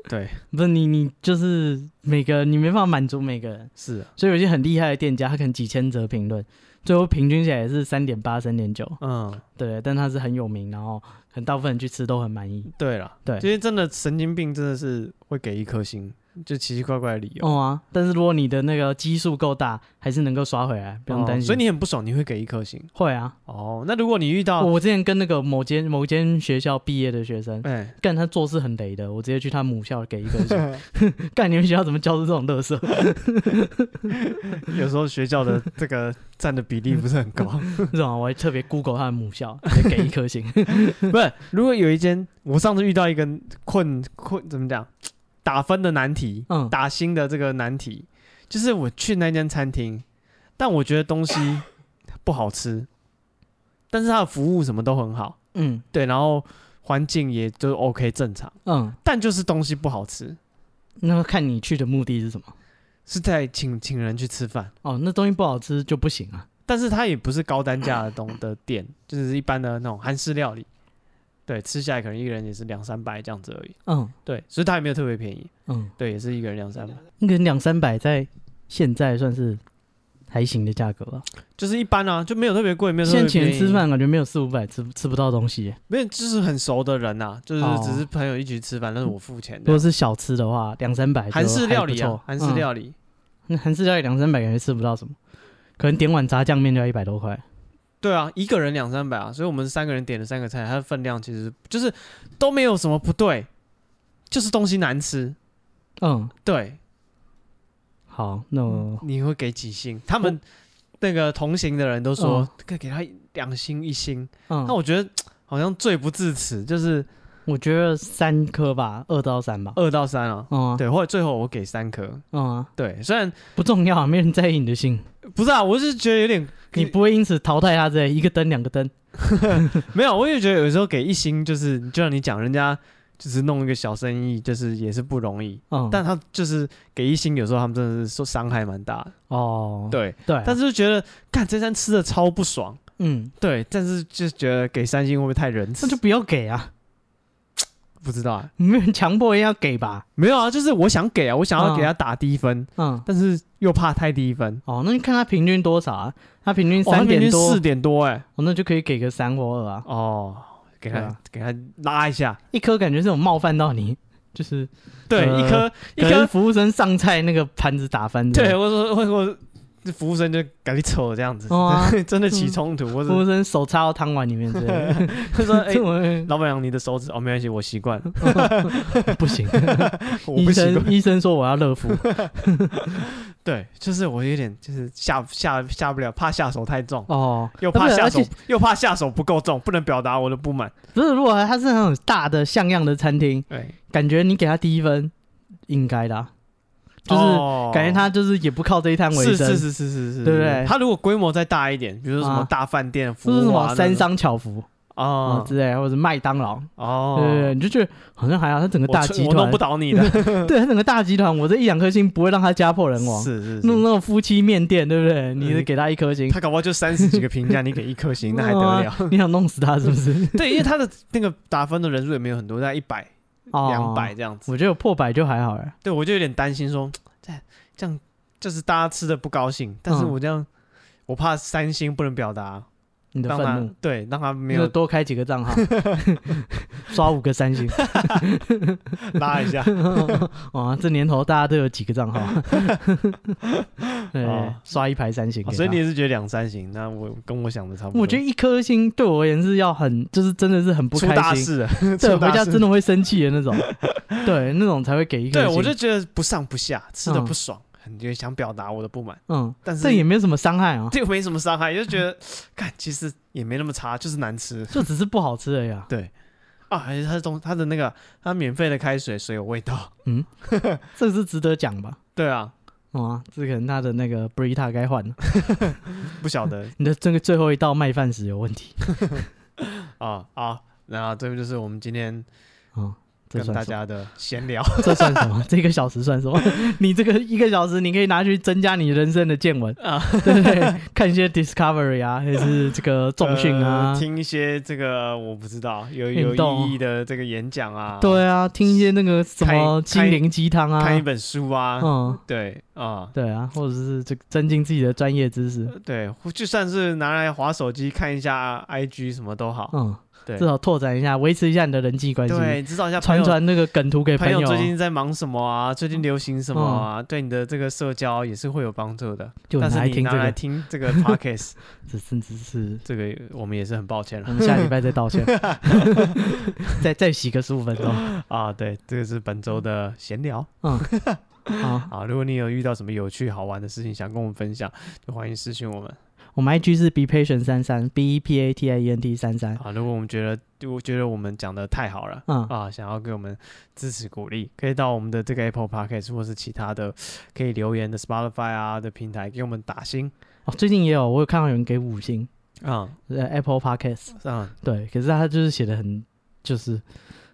[SPEAKER 1] 对，
[SPEAKER 2] 不是你，你就是每个你没办法满足每个人，
[SPEAKER 1] 是啊，
[SPEAKER 2] 所以有些很厉害的店家，他可能几千则评论，最后平均起来也是三点八、三点九，
[SPEAKER 1] 嗯，
[SPEAKER 2] 对，但他是很有名，然后很大部分人去吃都很满意，
[SPEAKER 1] 对了，
[SPEAKER 2] 对
[SPEAKER 1] 其实真的神经病真的是会给一颗星，就奇奇怪怪的理由，
[SPEAKER 2] 哦啊，但是如果你的那个基数够大，还是能够刷回来，不用担
[SPEAKER 1] 哦
[SPEAKER 2] 心。
[SPEAKER 1] 所以你很不爽，你会给一颗星
[SPEAKER 2] 会啊，
[SPEAKER 1] 哦。那如果你遇
[SPEAKER 2] 我
[SPEAKER 1] 到，
[SPEAKER 2] 我之前跟那个某间某间学校毕业的学生，
[SPEAKER 1] 哎，
[SPEAKER 2] 干他做事很雷的，我直接去他母校给一颗星。干你们学校怎么教出这种乐色？
[SPEAKER 1] 有时候学校的这个占的比例不是很高。
[SPEAKER 2] 这种我还特别 Google 他的母校，直接给一 颗星。
[SPEAKER 1] 不是，如果有一间，我上次遇到一个困困怎么讲，打分的难题，
[SPEAKER 2] 嗯
[SPEAKER 1] 打星的这个难题，就是我去那间餐厅，但我觉得东西不好吃，但是它的服务什么都很好，
[SPEAKER 2] 嗯
[SPEAKER 1] 对，然后环境也就 OK 正常，
[SPEAKER 2] 嗯，
[SPEAKER 1] 但就是东西不好吃，
[SPEAKER 2] 那看你去的目的是什么？
[SPEAKER 1] 是在请请人去吃饭，
[SPEAKER 2] 哦，那东西不好吃就不行啊。
[SPEAKER 1] 但是它也不是高单价的东的店，就是一般的那种韩式料理，对，吃下来可能一个人也是两三百这样子而已，
[SPEAKER 2] 嗯
[SPEAKER 1] 对，所以它也没有特别便宜。
[SPEAKER 2] 嗯，
[SPEAKER 1] 对，也是一个人两三百。
[SPEAKER 2] 那个两三百在现在算是还行的价格吧。
[SPEAKER 1] 就是一般啊，就没有特别贵，没有特别
[SPEAKER 2] 现钱
[SPEAKER 1] 便宜
[SPEAKER 2] 吃，饭感觉没有四五百吃吃不到东西耶。
[SPEAKER 1] 没有就是很熟的人呐、啊就是
[SPEAKER 2] 哦
[SPEAKER 1] 只是朋友一起吃饭，但是我付钱
[SPEAKER 2] 如
[SPEAKER 1] 的
[SPEAKER 2] 果。是小吃的话，两三百就
[SPEAKER 1] 韩式
[SPEAKER 2] 还
[SPEAKER 1] 料
[SPEAKER 2] 不
[SPEAKER 1] 理
[SPEAKER 2] 错
[SPEAKER 1] 啊，韩式
[SPEAKER 2] 嗯
[SPEAKER 1] 料理，
[SPEAKER 2] 那韩式料理两三百感觉吃不到什么，可能点碗炸酱面就要一百多块。
[SPEAKER 1] 对啊，一个人两三百啊，所以我们三个人点了三个菜，它的分量其实就是都没有什么不对，就是东西难吃。
[SPEAKER 2] 嗯，
[SPEAKER 1] 对，
[SPEAKER 2] 好，那我
[SPEAKER 1] 你会给几星？他们那个同行的人都说
[SPEAKER 2] 嗯
[SPEAKER 1] 可以给他两星一星，
[SPEAKER 2] 嗯，
[SPEAKER 1] 那我觉得好像罪不至此，就是
[SPEAKER 2] 我觉得三颗吧，二到三吧。
[SPEAKER 1] 二到三啊。
[SPEAKER 2] 嗯啊
[SPEAKER 1] 对，或者最后我给三颗。
[SPEAKER 2] 嗯啊，
[SPEAKER 1] 对，虽然
[SPEAKER 2] 不重要啊，没人在意你的心，
[SPEAKER 1] 不是啊，我是觉得有点
[SPEAKER 2] 你不会因此淘汰他这一个灯两个灯。
[SPEAKER 1] 没有，我也觉得有时候给一星就是，就像你讲，人家就是弄一个小生意，就是也是不容易。哦
[SPEAKER 2] 嗯，
[SPEAKER 1] 但他就是给一星，有时候他们真的是说伤害蛮大的。
[SPEAKER 2] 哦，
[SPEAKER 1] 对，
[SPEAKER 2] 对啊，
[SPEAKER 1] 但是就觉得干这餐吃的超不爽。
[SPEAKER 2] 嗯，
[SPEAKER 1] 对，但是就觉得给三星会不会太仁慈
[SPEAKER 2] 那？就不要给啊，
[SPEAKER 1] 不知道啊，
[SPEAKER 2] 没有人强迫人要给吧。
[SPEAKER 1] 没有啊，就是我想给啊，我想要
[SPEAKER 2] 嗯
[SPEAKER 1] 给他打低分，
[SPEAKER 2] 嗯，
[SPEAKER 1] 但是又怕太低分。
[SPEAKER 2] 哦，那你看他平均多少啊？他平均
[SPEAKER 1] 哇他
[SPEAKER 2] 三
[SPEAKER 1] 平
[SPEAKER 2] 点
[SPEAKER 1] 均
[SPEAKER 2] 多，
[SPEAKER 1] 四点多哎、
[SPEAKER 2] 哦，那就可以给个三或二啊。
[SPEAKER 1] 哦，给他、
[SPEAKER 2] 对啊
[SPEAKER 1] 给他拉一下。
[SPEAKER 2] 一颗感觉是有冒犯到你，就是
[SPEAKER 1] 对，
[SPEAKER 2] 呃
[SPEAKER 1] 一颗一
[SPEAKER 2] 可能
[SPEAKER 1] 颗，
[SPEAKER 2] 服务生上菜那个盘子打翻之类
[SPEAKER 1] 对
[SPEAKER 2] 的，
[SPEAKER 1] 我说我我这服务生就赶紧走这样子，
[SPEAKER 2] 哦啊
[SPEAKER 1] 真的起冲突，或
[SPEAKER 2] 服务
[SPEAKER 1] 者
[SPEAKER 2] 生手插到汤碗里面之类的，
[SPEAKER 1] 他 说哎
[SPEAKER 2] 这。我会
[SPEAKER 1] 老板娘，你的手指哦，没关系，我习惯， 了，
[SPEAKER 2] 不行。
[SPEAKER 1] 我
[SPEAKER 2] 医
[SPEAKER 1] 不习惯
[SPEAKER 2] 生。医生说我要 乐福，
[SPEAKER 1] 对，就是我有点就是下下下不了，怕下手太重，
[SPEAKER 2] 哦，
[SPEAKER 1] 又
[SPEAKER 2] 那
[SPEAKER 1] 怕
[SPEAKER 2] 不是
[SPEAKER 1] 下
[SPEAKER 2] 而
[SPEAKER 1] 手
[SPEAKER 2] 且
[SPEAKER 1] 又怕下手不够重，不能表达我的不满。
[SPEAKER 2] 不是，如果他是那种大的像样的餐厅，
[SPEAKER 1] 对，
[SPEAKER 2] 感觉你给他第一分应该的啊、就是、
[SPEAKER 1] 哦
[SPEAKER 2] 感觉他就是也不靠这一摊为
[SPEAKER 1] 是
[SPEAKER 2] 生，
[SPEAKER 1] 是是是是是，
[SPEAKER 2] 对不对
[SPEAKER 1] 他如果规模再大一点，比如说什么
[SPEAKER 2] 啊
[SPEAKER 1] 大饭店、服
[SPEAKER 2] 就是什
[SPEAKER 1] 务啊
[SPEAKER 2] 么
[SPEAKER 1] 那
[SPEAKER 2] 三
[SPEAKER 1] 种
[SPEAKER 2] 商巧福啊、
[SPEAKER 1] 哦
[SPEAKER 2] 之类，或者麦当劳，
[SPEAKER 1] 哦，
[SPEAKER 2] 对对对，你就觉得好像还好，他整个
[SPEAKER 1] 我
[SPEAKER 2] 大
[SPEAKER 1] 吹
[SPEAKER 2] 集
[SPEAKER 1] 我弄
[SPEAKER 2] 团
[SPEAKER 1] 不，倒你的，
[SPEAKER 2] 对他整个大集团，我这一两颗星不会让他家破 人亡。
[SPEAKER 1] 是是嗯
[SPEAKER 2] 弄
[SPEAKER 1] 是，
[SPEAKER 2] 那种夫妻面店，对不对？你得给他一颗星，
[SPEAKER 1] 他搞不好就三十几个评价，你给一颗星，那还得了？
[SPEAKER 2] 哇你想弄死他是不 是？
[SPEAKER 1] 对，因为他的那个打分的人数也没有很多，在一百、
[SPEAKER 2] 哦
[SPEAKER 1] 两百，这样子。
[SPEAKER 2] 我觉得有破百就还好哎。
[SPEAKER 1] 对，我就有点担心说，这这样就是大家吃的不高兴，但是
[SPEAKER 2] 嗯
[SPEAKER 1] 我这样，我怕三星不能表达，
[SPEAKER 2] 你的
[SPEAKER 1] 让
[SPEAKER 2] 愤
[SPEAKER 1] 他
[SPEAKER 2] 怒，
[SPEAKER 1] 对让他没
[SPEAKER 2] 就
[SPEAKER 1] 有
[SPEAKER 2] 多开几个 账号，刷五个三星。
[SPEAKER 1] 拉一下。
[SPEAKER 2] 哇，这年头大家都有几个账 号？对
[SPEAKER 1] 哦，
[SPEAKER 2] 刷一排三星给
[SPEAKER 1] 哦
[SPEAKER 2] 他。
[SPEAKER 1] 所以你也是觉得两三星？那我跟我想的差不多。
[SPEAKER 2] 我觉得一颗星对我而言是要很，就是真的是很不
[SPEAKER 1] 出
[SPEAKER 2] 开
[SPEAKER 1] 大
[SPEAKER 2] 心，
[SPEAKER 1] 事了，
[SPEAKER 2] 对，
[SPEAKER 1] 出大
[SPEAKER 2] 回家
[SPEAKER 1] 事
[SPEAKER 2] 真的会生气的 那种，对，那种才会给一颗
[SPEAKER 1] 对
[SPEAKER 2] 星。
[SPEAKER 1] 我就觉得不上不下，吃的
[SPEAKER 2] 嗯
[SPEAKER 1] 不爽，很就想表达我的不满，
[SPEAKER 2] 嗯，
[SPEAKER 1] 但是
[SPEAKER 2] 这也没有什么伤害啊，
[SPEAKER 1] 这个没什么伤害，就觉得看其实也没那么差，就是难吃
[SPEAKER 2] 就只是不好吃而已啊。
[SPEAKER 1] 啊。而且它的东它的那个它免费的开水水有味道，
[SPEAKER 2] 这是值得讲吧？
[SPEAKER 1] 对啊，
[SPEAKER 2] 哦啊，这可能他的那个 Brita 该换了。
[SPEAKER 1] 不晓 得
[SPEAKER 2] 你的这个最后一道麦饭石有问题
[SPEAKER 1] 啊啊。那这个就是我们今天
[SPEAKER 2] 啊、哦这
[SPEAKER 1] 跟
[SPEAKER 2] 算
[SPEAKER 1] 大
[SPEAKER 2] 什么？
[SPEAKER 1] 家的闲聊，
[SPEAKER 2] 这算什么？这一个小时算什么？你这个一个小时，你可以拿去增加你人生的见闻
[SPEAKER 1] 啊
[SPEAKER 2] 啊，对不对？ 看一些 Discovery 啊，还是这个 重训啊
[SPEAKER 1] 呃，听一些这个我不知道有有
[SPEAKER 2] 运动
[SPEAKER 1] 意义的这个演讲啊，，
[SPEAKER 2] 对啊，听一些那个什么
[SPEAKER 1] 开开
[SPEAKER 2] 心灵鸡汤啊，
[SPEAKER 1] 看一本书啊，
[SPEAKER 2] 嗯，
[SPEAKER 1] 对啊。
[SPEAKER 2] 对啊，或者是这个增进自己的专业知识，
[SPEAKER 1] 对，就算是拿来划手机看一下 IG 什么都好，
[SPEAKER 2] 嗯，
[SPEAKER 1] 呃对
[SPEAKER 2] 至少拓展一下，维持一下你的人际关系，
[SPEAKER 1] 对，知道一下朋
[SPEAKER 2] 传
[SPEAKER 1] 友
[SPEAKER 2] 传那个梗图给
[SPEAKER 1] 朋
[SPEAKER 2] 友，啊嗯
[SPEAKER 1] 最近在忙什么啊？最近流行什么啊？对你的这个社交也是会有帮助的。
[SPEAKER 2] 就
[SPEAKER 1] 但
[SPEAKER 2] 拿
[SPEAKER 1] 是
[SPEAKER 2] 来
[SPEAKER 1] 你
[SPEAKER 2] 听
[SPEAKER 1] 拿
[SPEAKER 2] 这
[SPEAKER 1] 来
[SPEAKER 2] 个，
[SPEAKER 1] 听这个 podcast，
[SPEAKER 2] 这甚至是
[SPEAKER 1] 这个我们也是很抱歉
[SPEAKER 2] 我
[SPEAKER 1] 了
[SPEAKER 2] 们下礼拜再 道歉，再再洗个十五分钟。嗯
[SPEAKER 1] 啊。对，这个是本周的闲聊
[SPEAKER 2] 好，
[SPEAKER 1] 啊。如果你有遇到什么有趣好玩的事情想跟我们分享，就欢迎私信我们
[SPEAKER 2] 我们 IG 是 be patient 三三 b e p a t i e n t 三三。
[SPEAKER 1] 啊。如果我们觉得，我觉得我们讲的太好了。
[SPEAKER 2] 嗯，
[SPEAKER 1] 啊，想要给我们支持鼓励，可以到我们的这个 Apple Podcast 或是其他的可以留言的 Spotify 啊的平台给我们打星
[SPEAKER 2] 哦，最近也有，我有看到有人给五星，
[SPEAKER 1] 啊
[SPEAKER 2] 呃，Apple Podcast，
[SPEAKER 1] 啊，
[SPEAKER 2] 对，可是他就是写的很，就是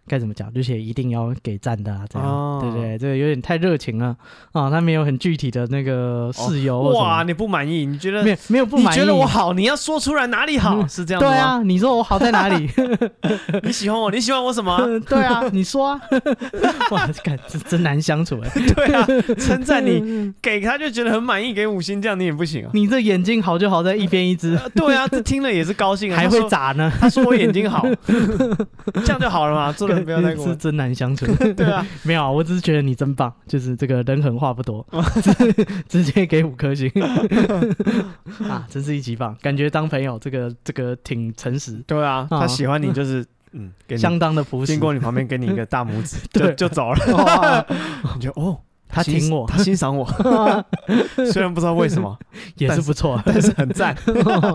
[SPEAKER 2] 该怎么讲，就写一定要给赞的啊，这样，
[SPEAKER 1] 哦
[SPEAKER 2] 对不对？这个有点太热情了啊，他没有很具体的那个事由或什么、
[SPEAKER 1] 哦哇，你不满意？你觉得
[SPEAKER 2] 没有没有不
[SPEAKER 1] 你
[SPEAKER 2] 满意，
[SPEAKER 1] 觉得我好，你要说出来哪里好，
[SPEAKER 2] 嗯
[SPEAKER 1] 是 这样
[SPEAKER 2] 对
[SPEAKER 1] 子吗？
[SPEAKER 2] 啊，你说我好在哪里？
[SPEAKER 1] 你喜欢我，你喜欢我什么 啊？
[SPEAKER 2] 对啊，你说啊， 哇，感真真难相处哎、
[SPEAKER 1] 对啊，称赞 你，给他就觉得很满意，给五星，这样你也不行 啊。
[SPEAKER 2] 你这眼睛好就好在一边一 只，
[SPEAKER 1] 呃对啊，这听了也是高兴啊，
[SPEAKER 2] 还
[SPEAKER 1] 他
[SPEAKER 2] 会
[SPEAKER 1] 说
[SPEAKER 2] 眨呢，
[SPEAKER 1] 他说我眼睛好，这样就好了嘛，做人不要太过
[SPEAKER 2] 是
[SPEAKER 1] 分。
[SPEAKER 2] 真难相处。
[SPEAKER 1] 对啊，
[SPEAKER 2] 没有啊，我只是觉得你真棒，就是这个人狠话不多， 直直接给五颗星 啊，真是一级棒，感觉当朋友这个这个挺诚实，
[SPEAKER 1] 对啊，
[SPEAKER 2] 啊
[SPEAKER 1] 他喜欢你就是嗯，给你
[SPEAKER 2] 相当的朴实
[SPEAKER 1] 经。过你旁边给你一个大拇指，就
[SPEAKER 2] 对
[SPEAKER 1] 就走了。
[SPEAKER 2] 哇
[SPEAKER 1] 你觉得哦，
[SPEAKER 2] 他挺
[SPEAKER 1] 欣
[SPEAKER 2] 我
[SPEAKER 1] 他欣赏我， 虽然不知道为什么，
[SPEAKER 2] 也是不错，
[SPEAKER 1] 但是很赞。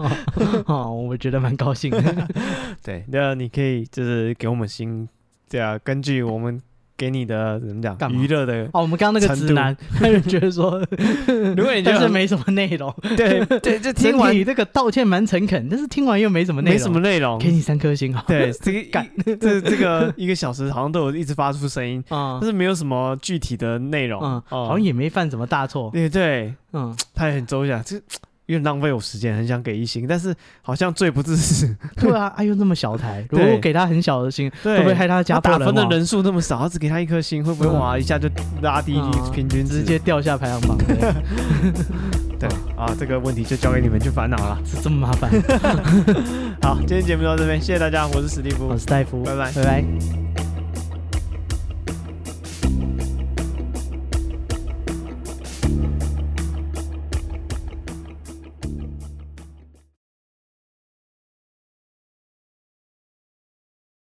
[SPEAKER 2] 哦，我觉得蛮高兴 的。
[SPEAKER 1] 对，那你可以就是给我们新，对啊，根据我们给你的怎么讲
[SPEAKER 2] 干嘛
[SPEAKER 1] 娱乐的，
[SPEAKER 2] 哦，我们刚刚那个直男， 他就觉得说，
[SPEAKER 1] 如 果你觉 得
[SPEAKER 2] 但是
[SPEAKER 1] 很
[SPEAKER 2] 没什么内 容，
[SPEAKER 1] 对对，就听完
[SPEAKER 2] 整体这个道歉蛮诚恳，但是听完又没什么内容，
[SPEAKER 1] 没什么内容，
[SPEAKER 2] 给你三颗星啊。
[SPEAKER 1] 对，这个
[SPEAKER 2] 干
[SPEAKER 1] 一这这个一个小时好像都有一直发出声音，
[SPEAKER 2] 啊
[SPEAKER 1] 但是没有什么具体的内容，
[SPEAKER 2] 嗯，
[SPEAKER 1] 哦
[SPEAKER 2] 好像也没犯什么大错，
[SPEAKER 1] 对对，
[SPEAKER 2] 嗯，
[SPEAKER 1] 他也很周详，这有点浪费我时间，很想给一星，但是好像罪不至 死，
[SPEAKER 2] 对啊，哎呦那么小台，如
[SPEAKER 1] 对
[SPEAKER 2] 果我给他很小的星，
[SPEAKER 1] 对，
[SPEAKER 2] 会不会害他
[SPEAKER 1] 他
[SPEAKER 2] 家
[SPEAKER 1] 打
[SPEAKER 2] 破
[SPEAKER 1] 分的
[SPEAKER 2] 亡
[SPEAKER 1] 人数那么少，他只给他一颗星，会不会
[SPEAKER 2] 嗯
[SPEAKER 1] 哇一下就拉低
[SPEAKER 2] 嗯
[SPEAKER 1] 平均值
[SPEAKER 2] 直接掉下排行 榜？对
[SPEAKER 1] 对啊？这个问题就交给你们去烦恼了。
[SPEAKER 2] 这这么麻 烦？
[SPEAKER 1] 好，今天节目到这边，谢谢大家，我是史蒂夫
[SPEAKER 2] 我，是戴夫，
[SPEAKER 1] 拜拜
[SPEAKER 2] 拜拜。